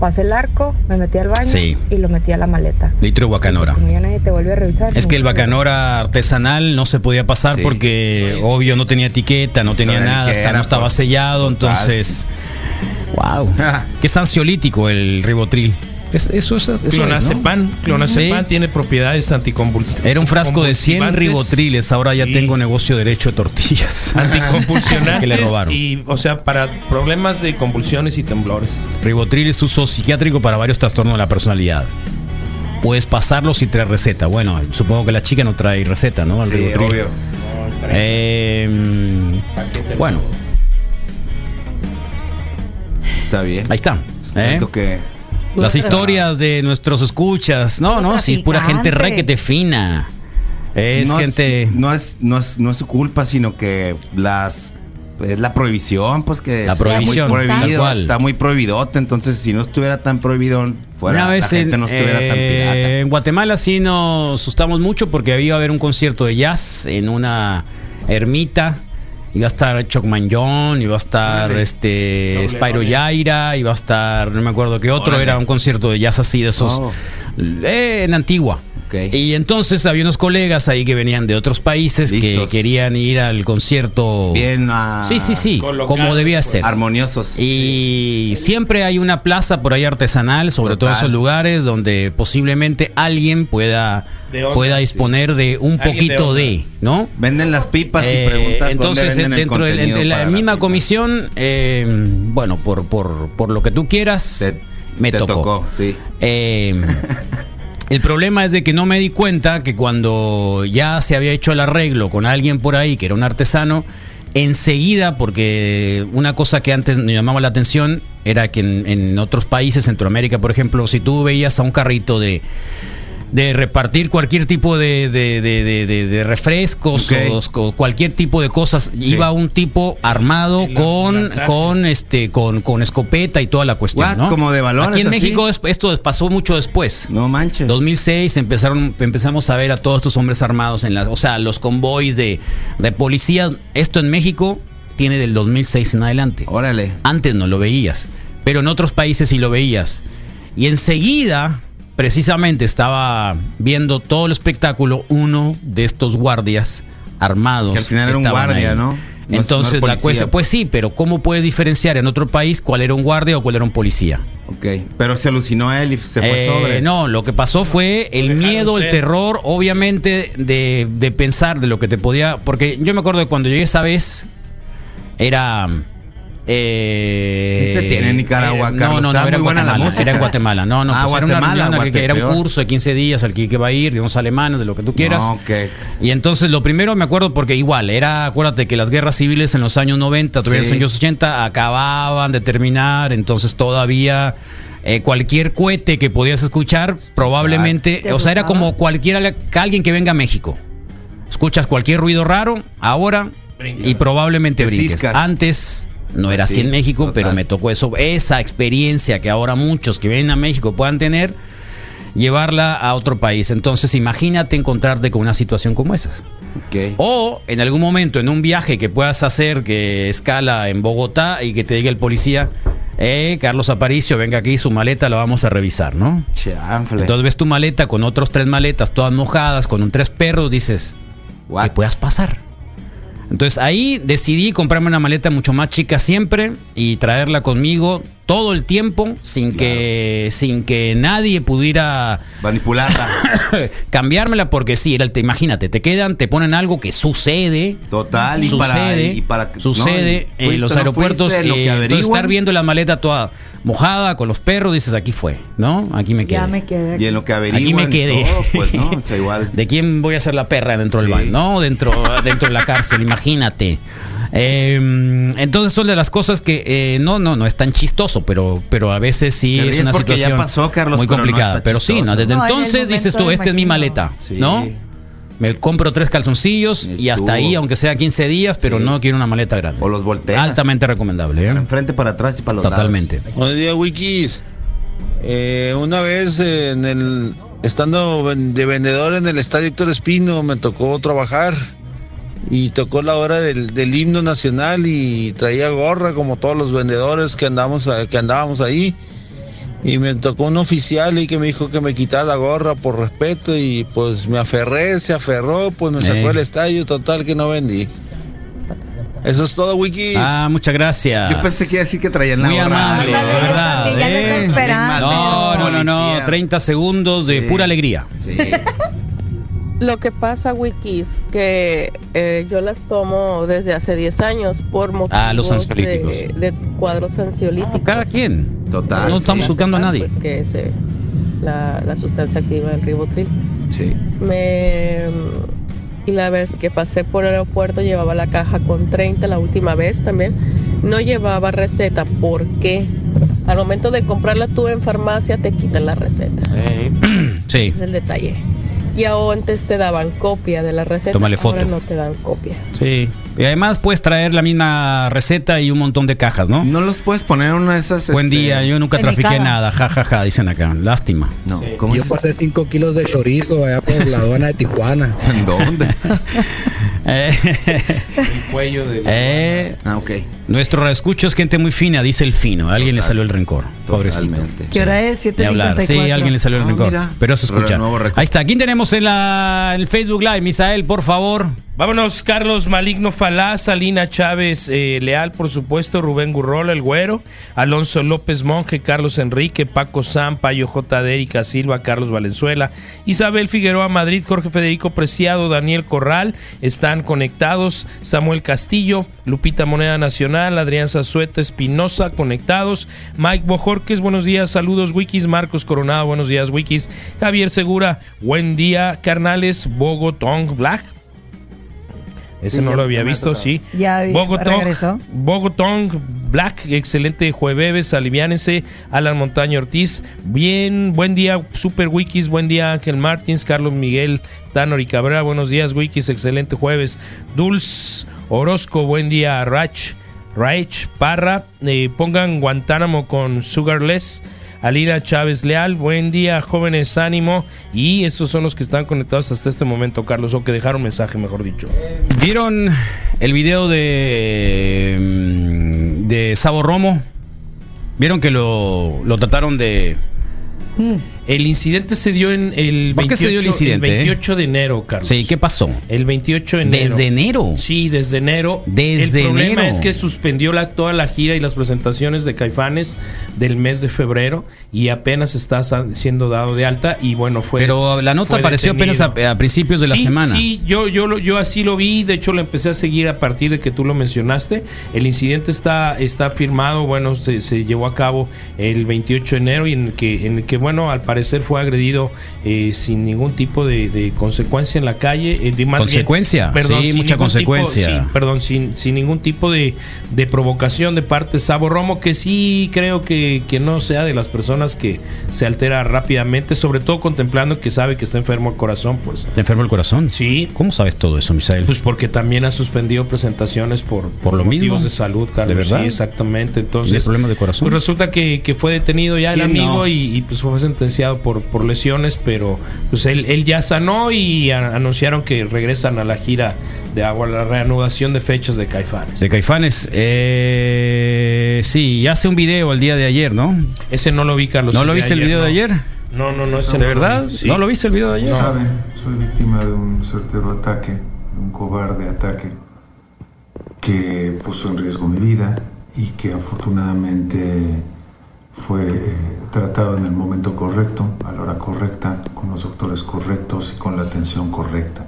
Speaker 15: Pasé el arco, me metí al baño
Speaker 3: Sí.
Speaker 15: y lo metí a la maleta.
Speaker 3: Litro de Bacanora.
Speaker 15: Como ya nadie te vuelve a revisar.
Speaker 3: Es que el
Speaker 15: nunca-
Speaker 3: bacanora artesanal no se podía pasar porque, obvio, no tenía etiqueta, no tenía
Speaker 6: saben
Speaker 3: nada,
Speaker 6: qué
Speaker 3: hasta
Speaker 6: era,
Speaker 3: no estaba
Speaker 6: pues.
Speaker 3: sellado,
Speaker 6: Total.
Speaker 3: entonces. ¡Wow! Qué es ansiolítico el ribotril. Es- eso es. eso es, ¿no?
Speaker 4: Clonazepam, clonazepam
Speaker 3: Sí.
Speaker 4: tiene propiedades anticonvulsionantes.
Speaker 3: Era un frasco de 100 ribotriles, ahora ya tengo negocio derecho de tortillas.
Speaker 4: Anticonvulsionantes.
Speaker 3: que le robaron.
Speaker 4: Y, o sea, para problemas de convulsiones y temblores.
Speaker 3: Ribotril es uso psiquiátrico para varios trastornos de la personalidad. Puedes pasarlo si trae receta. Bueno, supongo que la chica no trae receta, ¿no? Al
Speaker 6: Sí,
Speaker 3: Rivotril.
Speaker 6: obvio.
Speaker 3: Eh, mm, bueno,
Speaker 6: Está bien.
Speaker 3: ahí está. ¿eh?
Speaker 6: Siento que.
Speaker 3: Las historias de nuestros escuchas. No, no, si es pura gente
Speaker 6: traficante.
Speaker 3: re que te fina. Es
Speaker 6: no
Speaker 3: gente.
Speaker 6: Es, no, es, no, es, no es su culpa, sino que las. Es la prohibición, pues que
Speaker 3: La
Speaker 6: está muy
Speaker 3: prohibición,
Speaker 6: prohibido,
Speaker 3: tal cual.
Speaker 6: está muy prohibidote. Entonces, si no estuviera tan prohibidón, fuera
Speaker 3: Una
Speaker 6: la
Speaker 3: vez
Speaker 6: gente
Speaker 3: en,
Speaker 6: no estuviera tan
Speaker 3: eh,
Speaker 6: pirata.
Speaker 3: en Guatemala sí nos asustamos mucho porque iba a haber un concierto de jazz en una ermita. Iba a estar Chocman John, iba a estar este Spyro Yaira, iba a estar, no me acuerdo qué otro,
Speaker 4: Órale.
Speaker 3: era un concierto de jazz así de esos
Speaker 4: Oh.
Speaker 3: eh, en Antigua. Y entonces había unos colegas ahí que venían de otros países que
Speaker 6: Listos.
Speaker 3: querían ir al concierto.
Speaker 6: Bien, ah,
Speaker 3: Oh. Sí, sí, sí, como debía ser.
Speaker 6: Armoniosos.
Speaker 3: Y siempre hay una plaza por ahí artesanal, sobre todo en esos lugares, donde posiblemente alguien pueda,
Speaker 6: De onda,
Speaker 3: pueda
Speaker 6: sí.
Speaker 3: disponer de un
Speaker 6: Alguien de
Speaker 3: poquito
Speaker 6: onda.
Speaker 3: de, ¿no?
Speaker 6: Venden las pipas y
Speaker 3: Eh,
Speaker 6: preguntas
Speaker 3: entonces,
Speaker 6: dónde venden el
Speaker 3: dentro de,
Speaker 6: contenido
Speaker 3: de la
Speaker 6: para
Speaker 3: misma comisión, eh, bueno, por, por, por lo que tú quieras, me
Speaker 6: te
Speaker 3: tocó.
Speaker 6: tocó, sí.
Speaker 3: Eh, el problema es de que no me di cuenta que cuando ya se había hecho el arreglo con alguien por ahí, que era un artesano, enseguida, porque una cosa que antes me llamaba la atención era que en, en otros países, Centroamérica, por ejemplo, si tú veías a un carrito de de repartir cualquier tipo de, de- de- de- de- de refrescos o, o cualquier tipo de cosas. Iba un tipo armado con, con este con, con escopeta y toda la cuestión.
Speaker 6: What?
Speaker 3: ¿no?
Speaker 6: Como de balones,
Speaker 3: Aquí en
Speaker 6: así.
Speaker 3: México es- esto pasó mucho después.
Speaker 6: No manches.
Speaker 3: 2006 empezaron, empezamos a ver a todos estos hombres armados en las, o sea, los convoys de, de policías. Esto en México tiene del 2006 en adelante.
Speaker 6: Órale.
Speaker 3: Antes no lo veías, pero en otros países sí lo veías. Y enseguida, precisamente estaba viendo todo el espectáculo uno de estos guardias armados.
Speaker 6: Que al final era un
Speaker 3: estaban
Speaker 6: guardia,
Speaker 3: ahí.
Speaker 6: ¿no? No es- no
Speaker 3: Entonces
Speaker 6: era
Speaker 3: la cuestión,
Speaker 6: policía.
Speaker 3: pues sí, pero ¿cómo puedes diferenciar en otro país cuál era un guardia o cuál era un policía?
Speaker 6: Ok, pero se alucinó él y se fue
Speaker 3: Eh,
Speaker 6: sobre.
Speaker 3: No, lo que pasó fue el miedo, el
Speaker 6: ser.
Speaker 3: terror, obviamente, de, de pensar de lo que te podía. Porque yo me acuerdo de cuando llegué esa vez, era. Eh,
Speaker 6: ¿Qué te tiene en Nicaragua,
Speaker 3: no,
Speaker 6: Carlos?
Speaker 3: No, no,
Speaker 6: Está
Speaker 3: era
Speaker 6: muy
Speaker 3: en
Speaker 6: buena la
Speaker 3: Guatemala.
Speaker 6: música.
Speaker 3: Era en Guatemala. No, no,
Speaker 6: Ah,
Speaker 3: pues era, una
Speaker 6: Guatemala,
Speaker 3: reunión que- que era un
Speaker 6: Guatepeor.
Speaker 3: curso de 15 días al que que va a ir, de unos alemanes, de lo que tú quieras.
Speaker 6: No, ok.
Speaker 3: Y entonces lo primero me acuerdo porque igual era, acuérdate que las guerras civiles en los años 90, todavía en
Speaker 6: Sí.
Speaker 3: los años 80 acababan de terminar, entonces todavía eh, cualquier cohete que podías escuchar probablemente,
Speaker 8: Te
Speaker 3: o sea, era
Speaker 8: asustaba.
Speaker 3: como cualquiera, alguien que venga a México. Escuchas cualquier ruido raro ahora y probablemente
Speaker 6: Te
Speaker 3: brinques.
Speaker 6: ciscas.
Speaker 3: Antes no era
Speaker 6: Pues
Speaker 3: así
Speaker 6: sí,
Speaker 3: en México, pero me tocó eso, esa experiencia que ahora muchos que vienen a México puedan tener llevarla a otro país. Entonces, imagínate encontrarte con una situación como esas. O en algún momento, en un viaje que puedas hacer, que escala en Bogotá y que te diga el policía, eh, Carlos Aparicio, venga aquí, su maleta la vamos a revisar, ¿no? Entonces ves tu maleta con otros tres maletas, todas mojadas, con un tres perros, dices, que puedas pasar. Entonces ahí decidí comprarme una maleta mucho más chica siempre y traerla conmigo todo el tiempo sin que sin que nadie pudiera
Speaker 6: manipularla,
Speaker 3: cambiármela porque sí, era el te imagínate, te quedan, te ponen algo que sucede.
Speaker 6: Total, y para- y para- no,
Speaker 3: sucede
Speaker 6: y
Speaker 3: en
Speaker 6: fuiste,
Speaker 3: los
Speaker 6: no
Speaker 3: aeropuertos
Speaker 6: fuiste,
Speaker 3: y
Speaker 6: lo que averiguan.
Speaker 3: estar viendo la maleta toda mojada con los perros, dices, aquí fue, ¿no? Aquí me quedé.
Speaker 5: Ya me quedé.
Speaker 6: Y en lo que averiguan
Speaker 3: Aquí me
Speaker 6: y
Speaker 3: quedé.
Speaker 6: todo, pues no, o sea, igual.
Speaker 3: ¿De quién voy a ser la perra dentro del bar? No, dentro, dentro de la cárcel, imagínate. Eh, entonces son de las cosas que eh, no, no, no es tan chistoso, pero, pero a veces sí
Speaker 6: Te
Speaker 3: es
Speaker 6: ríes
Speaker 3: una
Speaker 6: porque ya
Speaker 3: situación
Speaker 6: pasó, Carlos,
Speaker 3: muy
Speaker 6: pero no
Speaker 3: complicada.
Speaker 6: está
Speaker 3: Pero, sí,
Speaker 6: chistoso.
Speaker 3: ¿no? desde
Speaker 6: No, en el
Speaker 3: entonces dices
Speaker 6: momento
Speaker 3: tú,
Speaker 6: me
Speaker 3: esta es mi maleta, ¿no? Me compro tres calzoncillos y hasta ahí, aunque sea 15 días, pero no quiero una maleta grande. O
Speaker 6: los volteas.
Speaker 3: Altamente recomendable. ¿eh?
Speaker 6: Enfrente para atrás y para los
Speaker 3: Totalmente.
Speaker 16: Buenos días, Wikis. Eh, una vez eh, en el estando ven- de vendedor en el estadio Héctor Espino, me tocó trabajar y tocó la hora del, del himno nacional y traía gorra como todos los vendedores que andamos a- que andábamos ahí. Y me tocó un oficial y que me dijo que me quitara la gorra por respeto y pues me aferré, se aferró, pues me sacó
Speaker 3: Ey.
Speaker 16: del estadio, total que no vendí. Eso es todo, Wikis.
Speaker 3: Ah, muchas gracias.
Speaker 16: Yo pensé
Speaker 6: que iba a decir que traían
Speaker 16: la
Speaker 3: Muy
Speaker 16: gorra.
Speaker 3: amable,
Speaker 16: Ándale,
Speaker 3: de
Speaker 16: yo
Speaker 3: verdad,
Speaker 16: también, ya lo estaba
Speaker 3: ¿eh?
Speaker 16: esperando.
Speaker 3: No, no, no, no, 30 segundos de pura alegría.
Speaker 17: Lo que pasa, Wikis, que eh, yo las tomo desde hace 10 años por motivos
Speaker 3: Ah, los ansiolíticos.
Speaker 17: de, de cuadros ansiolíticos.
Speaker 3: Cada quien. Total. No estamos
Speaker 17: Sí.
Speaker 3: juzgando a nadie.
Speaker 17: Pues que es eh, la, la sustancia activa del ribotril.
Speaker 6: Sí.
Speaker 17: Me, mm, y la vez que pasé por el aeropuerto llevaba la caja con 30, la última vez también. No llevaba receta. ¿Por qué? Al momento de comprarla tú en farmacia te quitan la receta.
Speaker 3: Sí.
Speaker 17: Es el detalle. Y ahora antes te daban copia de la receta,
Speaker 3: Tómale
Speaker 17: ahora
Speaker 3: foto.
Speaker 17: no te dan copia.
Speaker 3: Sí. Y además puedes traer la misma receta y un montón de cajas, ¿no?
Speaker 6: No los puedes poner en una de esas.
Speaker 3: Buen
Speaker 6: este,
Speaker 3: día, yo nunca trafiqué
Speaker 13: delicada.
Speaker 3: nada, jajaja, dicen acá. Lástima.
Speaker 6: No,
Speaker 13: Yo pasé 5 kilos de chorizo allá por la aduana de Tijuana.
Speaker 6: ¿En dónde?
Speaker 4: El cuello de.
Speaker 3: Eh,
Speaker 6: ah, ok.
Speaker 3: Nuestro reescucho es gente muy fina, dice el fino. A alguien le salió el rencor. Pobrecito.
Speaker 5: ¿Qué hora es?
Speaker 3: Ni hablar.
Speaker 5: 7.54.
Speaker 3: Sí, a alguien le salió el
Speaker 5: Ah,
Speaker 3: rencor.
Speaker 5: mira.
Speaker 3: Pero se escucha.
Speaker 4: Nuevo récord.
Speaker 3: Ahí está. ¿Quién tenemos en, la, en el Facebook Live? Misael, por favor.
Speaker 4: Vámonos, Carlos Maligno Falaz, Alina Chávez eh, Leal, por supuesto, Rubén Gurrola, El Güero, Alonso López Monje, Carlos Enrique, Paco Sam, Payo J. de Erika Silva, Carlos Valenzuela, Isabel Figueroa Madrid, Jorge Federico Preciado, Daniel Corral, están conectados, Samuel Castillo, Lupita Moneda Nacional, Adrián Zazueta Espinosa, conectados, Mike Bojorques, buenos días, saludos Wikis, Marcos Coronado, buenos días Wikis, Javier Segura, buen día, carnales, Bogotón Black. Ese
Speaker 5: Sí,
Speaker 4: no
Speaker 5: ya-
Speaker 4: lo
Speaker 5: ya
Speaker 4: había
Speaker 5: me ha
Speaker 4: visto,
Speaker 5: tocado.
Speaker 4: sí.
Speaker 5: Ya vi- regresó.
Speaker 4: Bogotón, Bogotón Black, excelente jueves, aliviánense. Alan Montaño Ortiz, bien, buen día, Super Wikis, buen día, Ángel Martins, Carlos Miguel Tanor y Cabrera, buenos días, Wikis, excelente jueves. Dulce Orozco, buen día, Rach, Raich Parra, eh, pongan Guantánamo con Sugarless. Alina Chávez Leal, buen día, jóvenes, ánimo. Y estos son los que están conectados hasta este momento, Carlos, o que dejaron mensaje, mejor dicho.
Speaker 3: ¿Vieron el video de. mm, de Sabo Romo? ¿Vieron que lo, lo trataron de.
Speaker 4: El incidente se dio en el 28,
Speaker 3: ¿Por qué se dio el incidente, eh?
Speaker 4: 28 de enero, Carlos.
Speaker 3: Sí, ¿qué pasó?
Speaker 4: El 28 de enero.
Speaker 3: ¿Desde enero?
Speaker 4: Sí, desde enero.
Speaker 3: Desde
Speaker 4: el problema
Speaker 3: enero.
Speaker 4: es que suspendió la, toda la gira y las presentaciones de Caifanes del mes de febrero y apenas está sa- siendo dado de alta y bueno, fue
Speaker 3: Pero la nota
Speaker 4: fue
Speaker 3: apareció
Speaker 4: detenido.
Speaker 3: apenas a, a principios de la
Speaker 4: Sí,
Speaker 3: semana.
Speaker 4: Sí, yo, yo, lo- yo así lo vi, de hecho lo empecé a seguir a partir de que tú lo mencionaste. El incidente está, está firmado, bueno, se, se llevó a cabo el 28 de enero y en el que, en el que bueno, al parecer fue agredido eh, sin ningún tipo de, de consecuencia en la calle. eh, de- más bien-
Speaker 3: Consecuencia, sí,
Speaker 4: sin
Speaker 3: mucha
Speaker 4: ningún tipo-
Speaker 3: consecuencia.
Speaker 4: sí, perdón, sin, sin ningún tipo de, de provocación de parte de Sabo Romo, que sí creo que, que no sea de las personas que se altera rápidamente, sobre todo contemplando que sabe que está enfermo el corazón, pues.
Speaker 3: ¿Te enfermó el corazón?
Speaker 4: Sí.
Speaker 3: ¿Cómo sabes todo eso, Misael?
Speaker 4: Pues porque también ha suspendido presentaciones por,
Speaker 3: Por lo
Speaker 4: motivos
Speaker 3: mismo.
Speaker 4: de salud, Carlos.
Speaker 3: ¿De verdad?
Speaker 4: Sí, exactamente.
Speaker 3: ¿De
Speaker 4: Entonces,
Speaker 3: problemas de corazón?
Speaker 4: pues resulta que, que fue detenido ya el
Speaker 3: ¿Quién
Speaker 4: amigo
Speaker 3: no?
Speaker 4: y, y, pues fue sentenciado por, por lesiones, pero pues él, él ya sanó y a- anunciaron que regresan a la gira de agua, la reanudación de fechas de Caifanes.
Speaker 3: De Caifanes. Eh, sí, y hace un video el día de ayer, ¿no?
Speaker 4: Ese no lo vi, Carlos.
Speaker 3: ¿No
Speaker 4: el
Speaker 3: lo
Speaker 4: de
Speaker 3: viste el
Speaker 4: ayer,
Speaker 3: video de ayer?
Speaker 4: No, no, no. ese
Speaker 3: ¿De
Speaker 4: no lo
Speaker 3: verdad?
Speaker 4: vi, sí.
Speaker 3: ¿No lo viste el video de ayer?
Speaker 4: No.
Speaker 18: Saben, soy víctima de un certero ataque, de un cobarde ataque que puso en riesgo mi vida y que afortunadamente fue eh, tratado en el momento correcto, a la hora correcta, con los doctores correctos y con la atención correcta.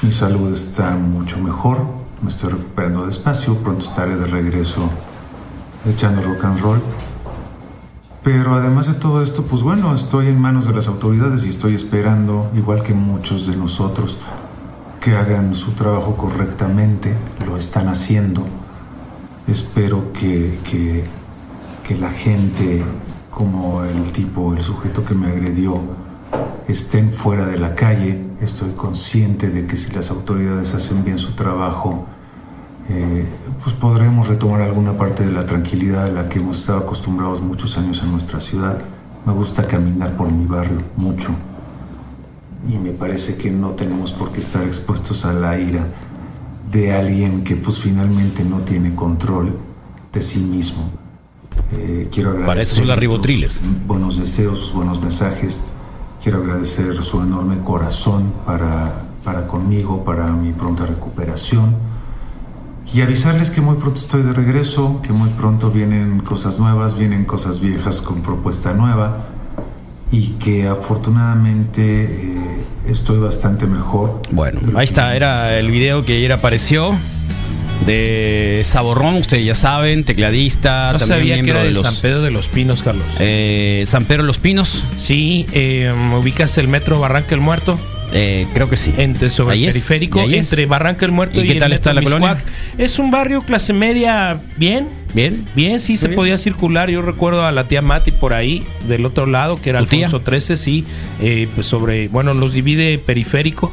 Speaker 18: Mi salud está mucho mejor, me estoy recuperando despacio, pronto estaré de regreso echando rock and roll. Pero además de todo esto, pues bueno, estoy en manos de las autoridades y estoy esperando, igual que muchos de nosotros, que hagan su trabajo correctamente, lo están haciendo. Espero que, que, que la gente, como el tipo, el sujeto que me agredió, estén fuera de la calle. Estoy consciente de que si las autoridades hacen bien su trabajo, eh, pues podremos retomar alguna parte de la tranquilidad a la que hemos estado acostumbrados muchos años en nuestra ciudad. Me gusta caminar por mi barrio mucho y me parece que no tenemos por qué estar expuestos a la ira de alguien que pues finalmente no tiene control de sí mismo. Eh, quiero agradecer
Speaker 3: Para eso son las
Speaker 18: sus
Speaker 3: ribotriles.
Speaker 18: buenos deseos, sus buenos mensajes. Quiero agradecer su enorme corazón para, para conmigo, para mi pronta recuperación. Y avisarles que muy pronto estoy de regreso, que muy pronto vienen cosas nuevas, vienen cosas viejas con propuesta nueva y que afortunadamente eh, estoy bastante mejor.
Speaker 3: Bueno, ahí está, era el video que ayer apareció de Saborrón, ustedes ya saben, tecladista,
Speaker 4: No
Speaker 3: Ah, también
Speaker 4: sabía que
Speaker 3: miembro
Speaker 4: era
Speaker 3: de
Speaker 4: de,
Speaker 3: los
Speaker 4: San Pedro de los Pinos, Carlos.
Speaker 3: eh, San Pedro de los Pinos.
Speaker 4: Sí, eh, ubicas el metro Barranca el Muerto.
Speaker 3: eh, creo que sí.
Speaker 4: Entre sobre
Speaker 3: Ahí
Speaker 4: el
Speaker 3: es,
Speaker 4: periférico,
Speaker 3: y ahí es.
Speaker 4: entre Barranca el Muerto
Speaker 3: ¿Y
Speaker 4: y,
Speaker 3: qué
Speaker 4: el
Speaker 3: tal está la
Speaker 4: metro
Speaker 3: colonia?
Speaker 4: Miscuac. Es un barrio clase media bien.
Speaker 3: Bien.
Speaker 4: Bien, sí, se
Speaker 3: bien.
Speaker 4: podía circular. Yo recuerdo a la tía Mati por ahí, del otro lado, que era
Speaker 3: ¿Tu tía?
Speaker 4: Alfonso 13, sí. eh, pues sobre, bueno, los divide periférico.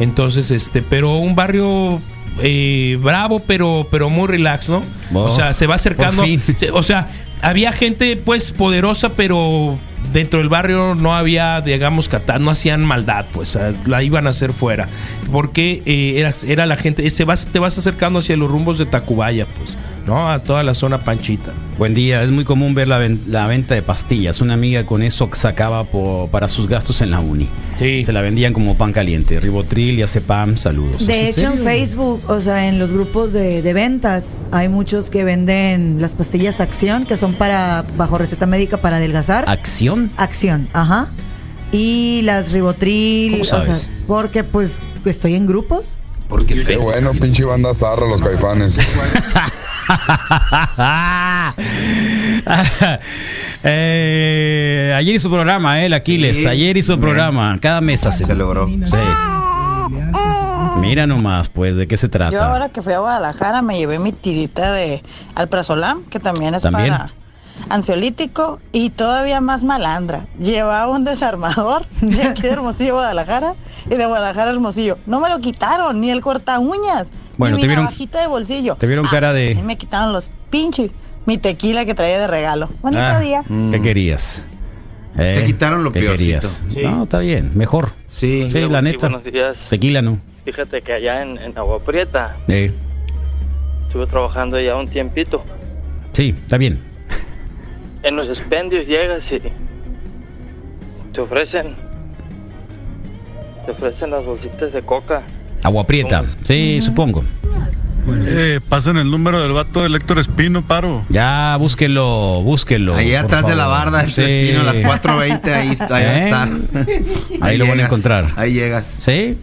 Speaker 4: Entonces, este, pero un barrio eh, bravo, pero, pero muy relax, ¿no?
Speaker 3: Oh,
Speaker 4: o sea, se va
Speaker 3: por
Speaker 4: acercando.
Speaker 3: fin.
Speaker 4: se- O sea, había gente pues poderosa, pero dentro del barrio no había, digamos, catá, no hacían maldad, pues a- la iban a hacer fuera. Porque eh, era, era la gente, se vas, te vas acercando hacia los rumbos de Tacubaya, pues, ¿no? A toda la zona panchita.
Speaker 3: Buen día, es muy común ver la, ven- la venta de pastillas. Una amiga con eso sacaba po- para sus gastos en la uni. Se la vendían como pan caliente. Ribotril y acepam, saludos.
Speaker 5: De
Speaker 3: ¿Es
Speaker 5: hecho, en
Speaker 3: serio?
Speaker 5: Facebook, o sea, en los grupos de, de ventas, hay muchos que venden las pastillas Acción, que son para bajo receta médica para adelgazar.
Speaker 3: ¿Acción?
Speaker 5: Acción, ajá. Y las Ribotril,
Speaker 19: ¿Cómo
Speaker 5: o sea,
Speaker 19: sabes?
Speaker 5: porque pues estoy en grupos.
Speaker 19: Porque Qué
Speaker 6: ¿eh?
Speaker 19: bueno, pinche banda zarra, los caifanes.
Speaker 3: Eh, ayer hizo programa, eh, el Aquiles.
Speaker 6: Sí.
Speaker 3: ayer hizo
Speaker 6: Bien.
Speaker 3: programa. Cada mes hace. Se logró. Mira nomás, pues, de qué se trata.
Speaker 20: Ah. Yo ahora que fui a Guadalajara me llevé mi tirita de alprazolam, que también es
Speaker 3: También.
Speaker 20: para ansiolítico y todavía más malandra. Llevaba un desarmador de aquí de Hermosillo, Guadalajara y de Guadalajara a Hermosillo. No me lo quitaron, ni el corta uñas,
Speaker 3: Bueno,
Speaker 20: ni
Speaker 3: te
Speaker 20: mi
Speaker 3: vieron-
Speaker 20: navajita de bolsillo.
Speaker 3: te vieron
Speaker 20: Ah,
Speaker 3: cara de-
Speaker 20: Sí me quitaron los pinches, mi tequila que traía de regalo. Bonito
Speaker 3: Ah,
Speaker 20: día.
Speaker 3: ¿Qué querías? Te quitaron lo
Speaker 6: peorcito. Sí.
Speaker 3: No, está bien, mejor. Sí,
Speaker 21: Sí,
Speaker 3: la
Speaker 21: Buki,
Speaker 3: neta.
Speaker 21: buenos días.
Speaker 3: Tequila no.
Speaker 21: Fíjate que allá en, en Agua Prieta
Speaker 3: Eh,
Speaker 21: estuve trabajando ya un tiempito.
Speaker 3: sí, está bien.
Speaker 21: En los expendios llegas y te ofrecen te ofrecen las bolsitas de coca.
Speaker 3: Agua prieta. Sí, supongo.
Speaker 22: Eh, pasen el número del vato de Héctor Espino, paro.
Speaker 3: Ya, búsquenlo, búsquenlo.
Speaker 22: Ahí
Speaker 3: por
Speaker 22: atrás de la
Speaker 3: favor.
Speaker 22: barda, el
Speaker 6: Espino, a las 4:20, ahí está, ahí va a
Speaker 3: ¿Eh?
Speaker 6: estar.
Speaker 3: Ahí, lo van a
Speaker 6: llegas,
Speaker 3: encontrar.
Speaker 6: Ahí llegas.
Speaker 3: ¿Sí?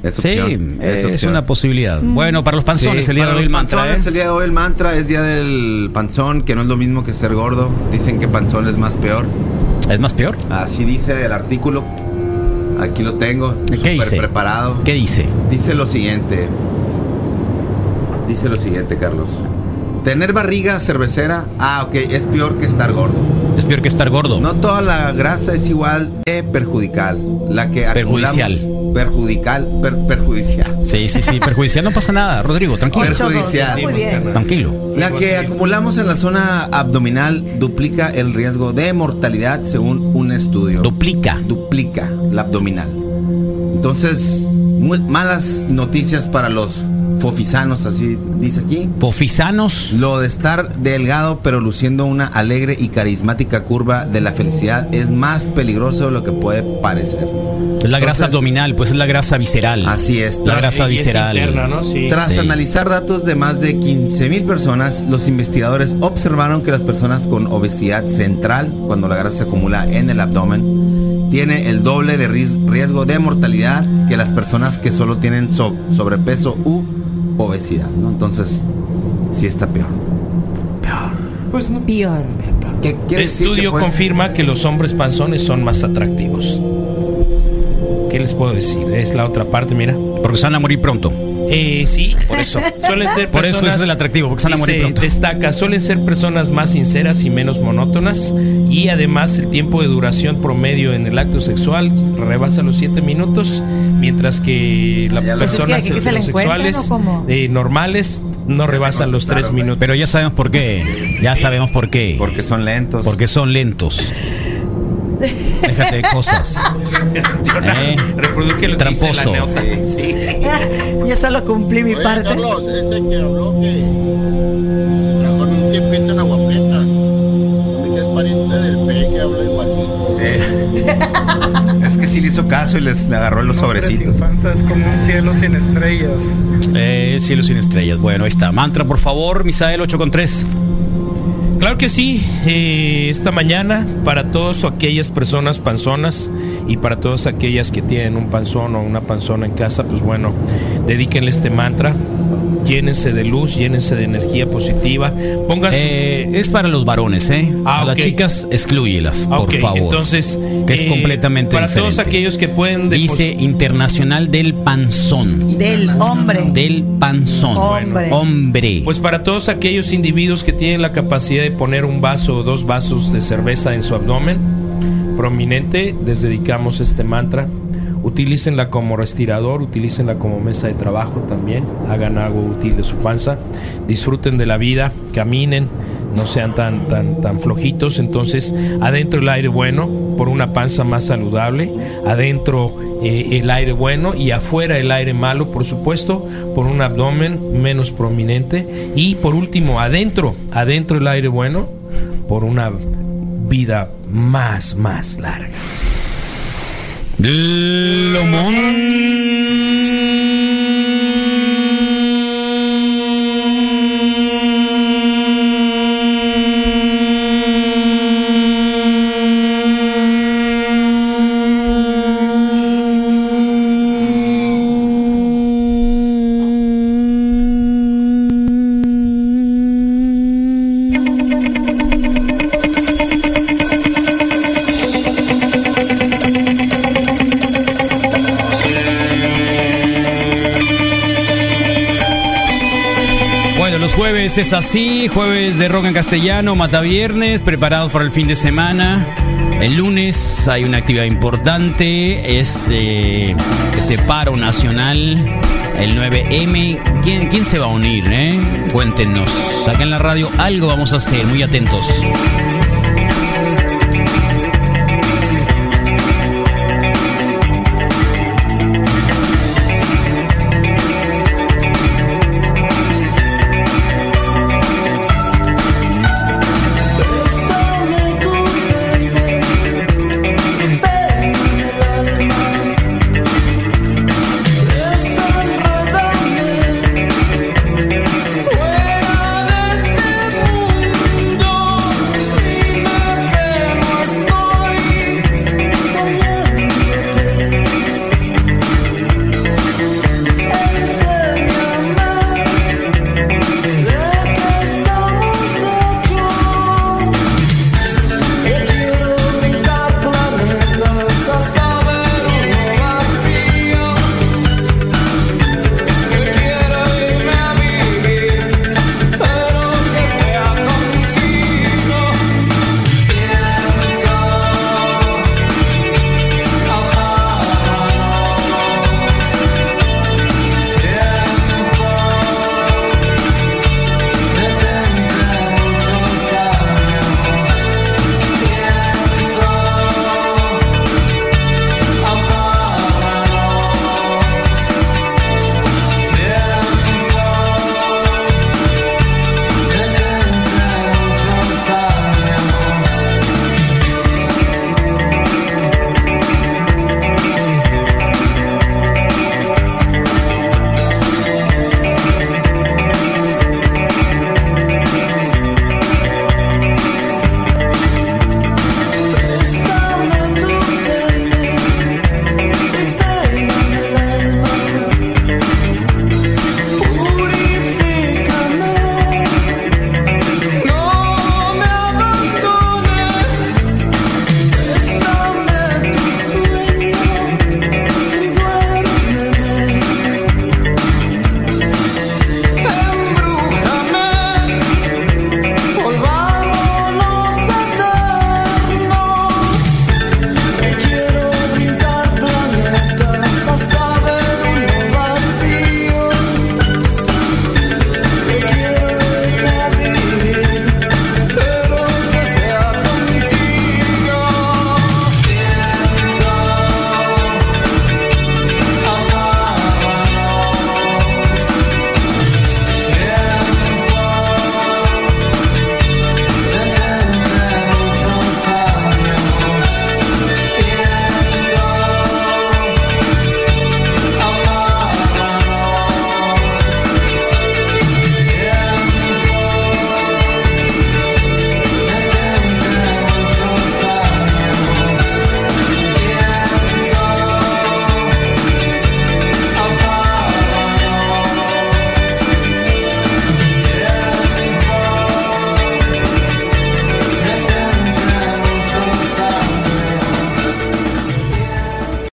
Speaker 6: Es
Speaker 3: sí,
Speaker 6: opción,
Speaker 3: eh,
Speaker 6: es
Speaker 3: es,
Speaker 6: opción.
Speaker 3: una posibilidad. Bueno, para los panzones,
Speaker 6: Sí,
Speaker 3: el día de
Speaker 6: para
Speaker 3: hoy el
Speaker 6: los
Speaker 3: mantra,
Speaker 6: panzones,
Speaker 3: ¿eh?
Speaker 6: el día de hoy el mantra es día del panzón, que no es lo mismo que ser gordo. Dicen que panzón es más peor.
Speaker 3: ¿Es más peor?
Speaker 6: Así dice el artículo. Aquí lo tengo. súper
Speaker 3: dice?
Speaker 6: preparado.
Speaker 3: ¿Qué dice?
Speaker 6: Dice lo siguiente. Dice lo siguiente, Carlos. Tener barriga cervecera, ah, ok, es peor que estar gordo.
Speaker 3: Es peor que estar gordo.
Speaker 6: No toda la grasa es igual de perjudicial. La que acumulamos-
Speaker 3: Perjudicial.
Speaker 6: Perjudicial, per- perjudicial.
Speaker 3: Sí, sí, sí, perjudicial no pasa nada, Rodrigo, tranquilo.
Speaker 6: Perjudicial. Muy bien.
Speaker 3: Tranquilo.
Speaker 6: La que acumulamos en la zona abdominal duplica el riesgo de mortalidad según un estudio.
Speaker 3: Duplica.
Speaker 6: Duplica la abdominal. Entonces, muy malas noticias para los fofisanos, así dice aquí.
Speaker 3: ¿Fofisanos?
Speaker 6: Lo de estar delgado pero luciendo una alegre y carismática curva de la felicidad es más peligroso de lo que puede parecer.
Speaker 3: Es la grasa
Speaker 6: Entonces,
Speaker 3: abdominal, pues es la grasa visceral. Así
Speaker 6: es.
Speaker 3: La
Speaker 6: Tras-
Speaker 3: grasa
Speaker 6: y es
Speaker 3: visceral.
Speaker 6: interna,
Speaker 4: ¿no? Sí.
Speaker 6: Tras
Speaker 3: Sí.
Speaker 6: analizar datos de más de 15 mil personas, los investigadores observaron que las personas con obesidad central, cuando la grasa se acumula en el abdomen, tiene el doble de ris- riesgo de mortalidad que las personas que solo tienen so- sobrepeso u obesidad. ¿no? Entonces, sí está peor.
Speaker 5: Pues no. Peor.
Speaker 6: ¿Qué
Speaker 4: El
Speaker 6: quiere decir que
Speaker 4: estudio
Speaker 6: puedes-
Speaker 4: confirma que los hombres panzones son más atractivos. ¿Qué les puedo decir? Es la otra parte, mira.
Speaker 3: Porque se van a morir pronto.
Speaker 4: Eh, sí, por eso. Suelen ser
Speaker 3: Por eso
Speaker 4: personas-
Speaker 3: es el atractivo, porque se van a morir
Speaker 4: dice,
Speaker 3: pronto.
Speaker 4: Destaca, suelen ser personas más sinceras y menos monótonas. Y además, el tiempo de duración promedio en el acto sexual rebasa los 7 minutos, mientras que las
Speaker 5: Pues es que
Speaker 4: personas
Speaker 5: aquí que se la encuentran,
Speaker 4: heterosexuales
Speaker 5: ¿o cómo?
Speaker 4: eh, normales no rebasan los 3 minutos.
Speaker 3: Pero ya sabemos por qué. Ya sabemos por qué.
Speaker 6: Porque son lentos.
Speaker 3: Porque son lentos. Déjate de cosas. ¿Eh?
Speaker 4: Reproduje lo
Speaker 3: Tramposo.
Speaker 4: que dice la nota.
Speaker 5: Yo solo cumplí mi parte.
Speaker 23: ese que habló que trabajó en un tiempito en Aguaprieta, que es pariente del peje, que habla igualito.
Speaker 6: Sí. es que sí le hizo caso y les le agarró los sobrecitos.
Speaker 23: Es como un cielo sin estrellas.
Speaker 3: Eh, cielo sin estrellas. Bueno, ahí está. Mantra, por favor, Misael 8 con 3.
Speaker 4: Claro que sí, eh, esta mañana para todas aquellas personas panzonas y para todas aquellas que tienen un panzón o una panzona en casa, pues bueno, dedíquenle este mantra, llénense de luz, llénense de energía positiva, pónganse...
Speaker 3: Eh, es para los varones, ¿eh?
Speaker 4: Ah,
Speaker 3: a las
Speaker 4: ok.
Speaker 3: chicas, exclúyelas,
Speaker 4: Ah,
Speaker 3: por
Speaker 4: ok,
Speaker 3: favor.
Speaker 4: Entonces,
Speaker 3: que es
Speaker 4: eh,
Speaker 3: completamente
Speaker 4: para
Speaker 3: diferente.
Speaker 4: todos aquellos que pueden depos-
Speaker 3: Dice Internacional del Panzón.
Speaker 5: Del hombre.
Speaker 3: Del Panzón.
Speaker 5: Hombre.
Speaker 3: Hombre.
Speaker 4: Pues para todos aquellos individuos que tienen la capacidad de poner un vaso o dos vasos de cerveza en su abdomen prominente, les dedicamos este mantra. Utilícenla como respirador, utilícenla como mesa de trabajo también. Hagan algo útil de su panza. Disfruten de la vida, caminen, no sean tan, tan, tan flojitos. Entonces, adentro el aire bueno, por una panza más saludable, adentro eh, el aire bueno y afuera el aire malo, por supuesto, por un abdomen menos prominente. Y por último, adentro, adentro el aire bueno, por una vida más, más larga.
Speaker 3: Bueno, los jueves es así, jueves de rock en castellano, mata viernes, preparados para el fin de semana. El lunes hay una actividad importante, es eh, este paro nacional, el 9M. ¿Quién, quién se va a unir? Eh? Cuéntenos. Acá en la radio algo vamos a hacer, muy atentos.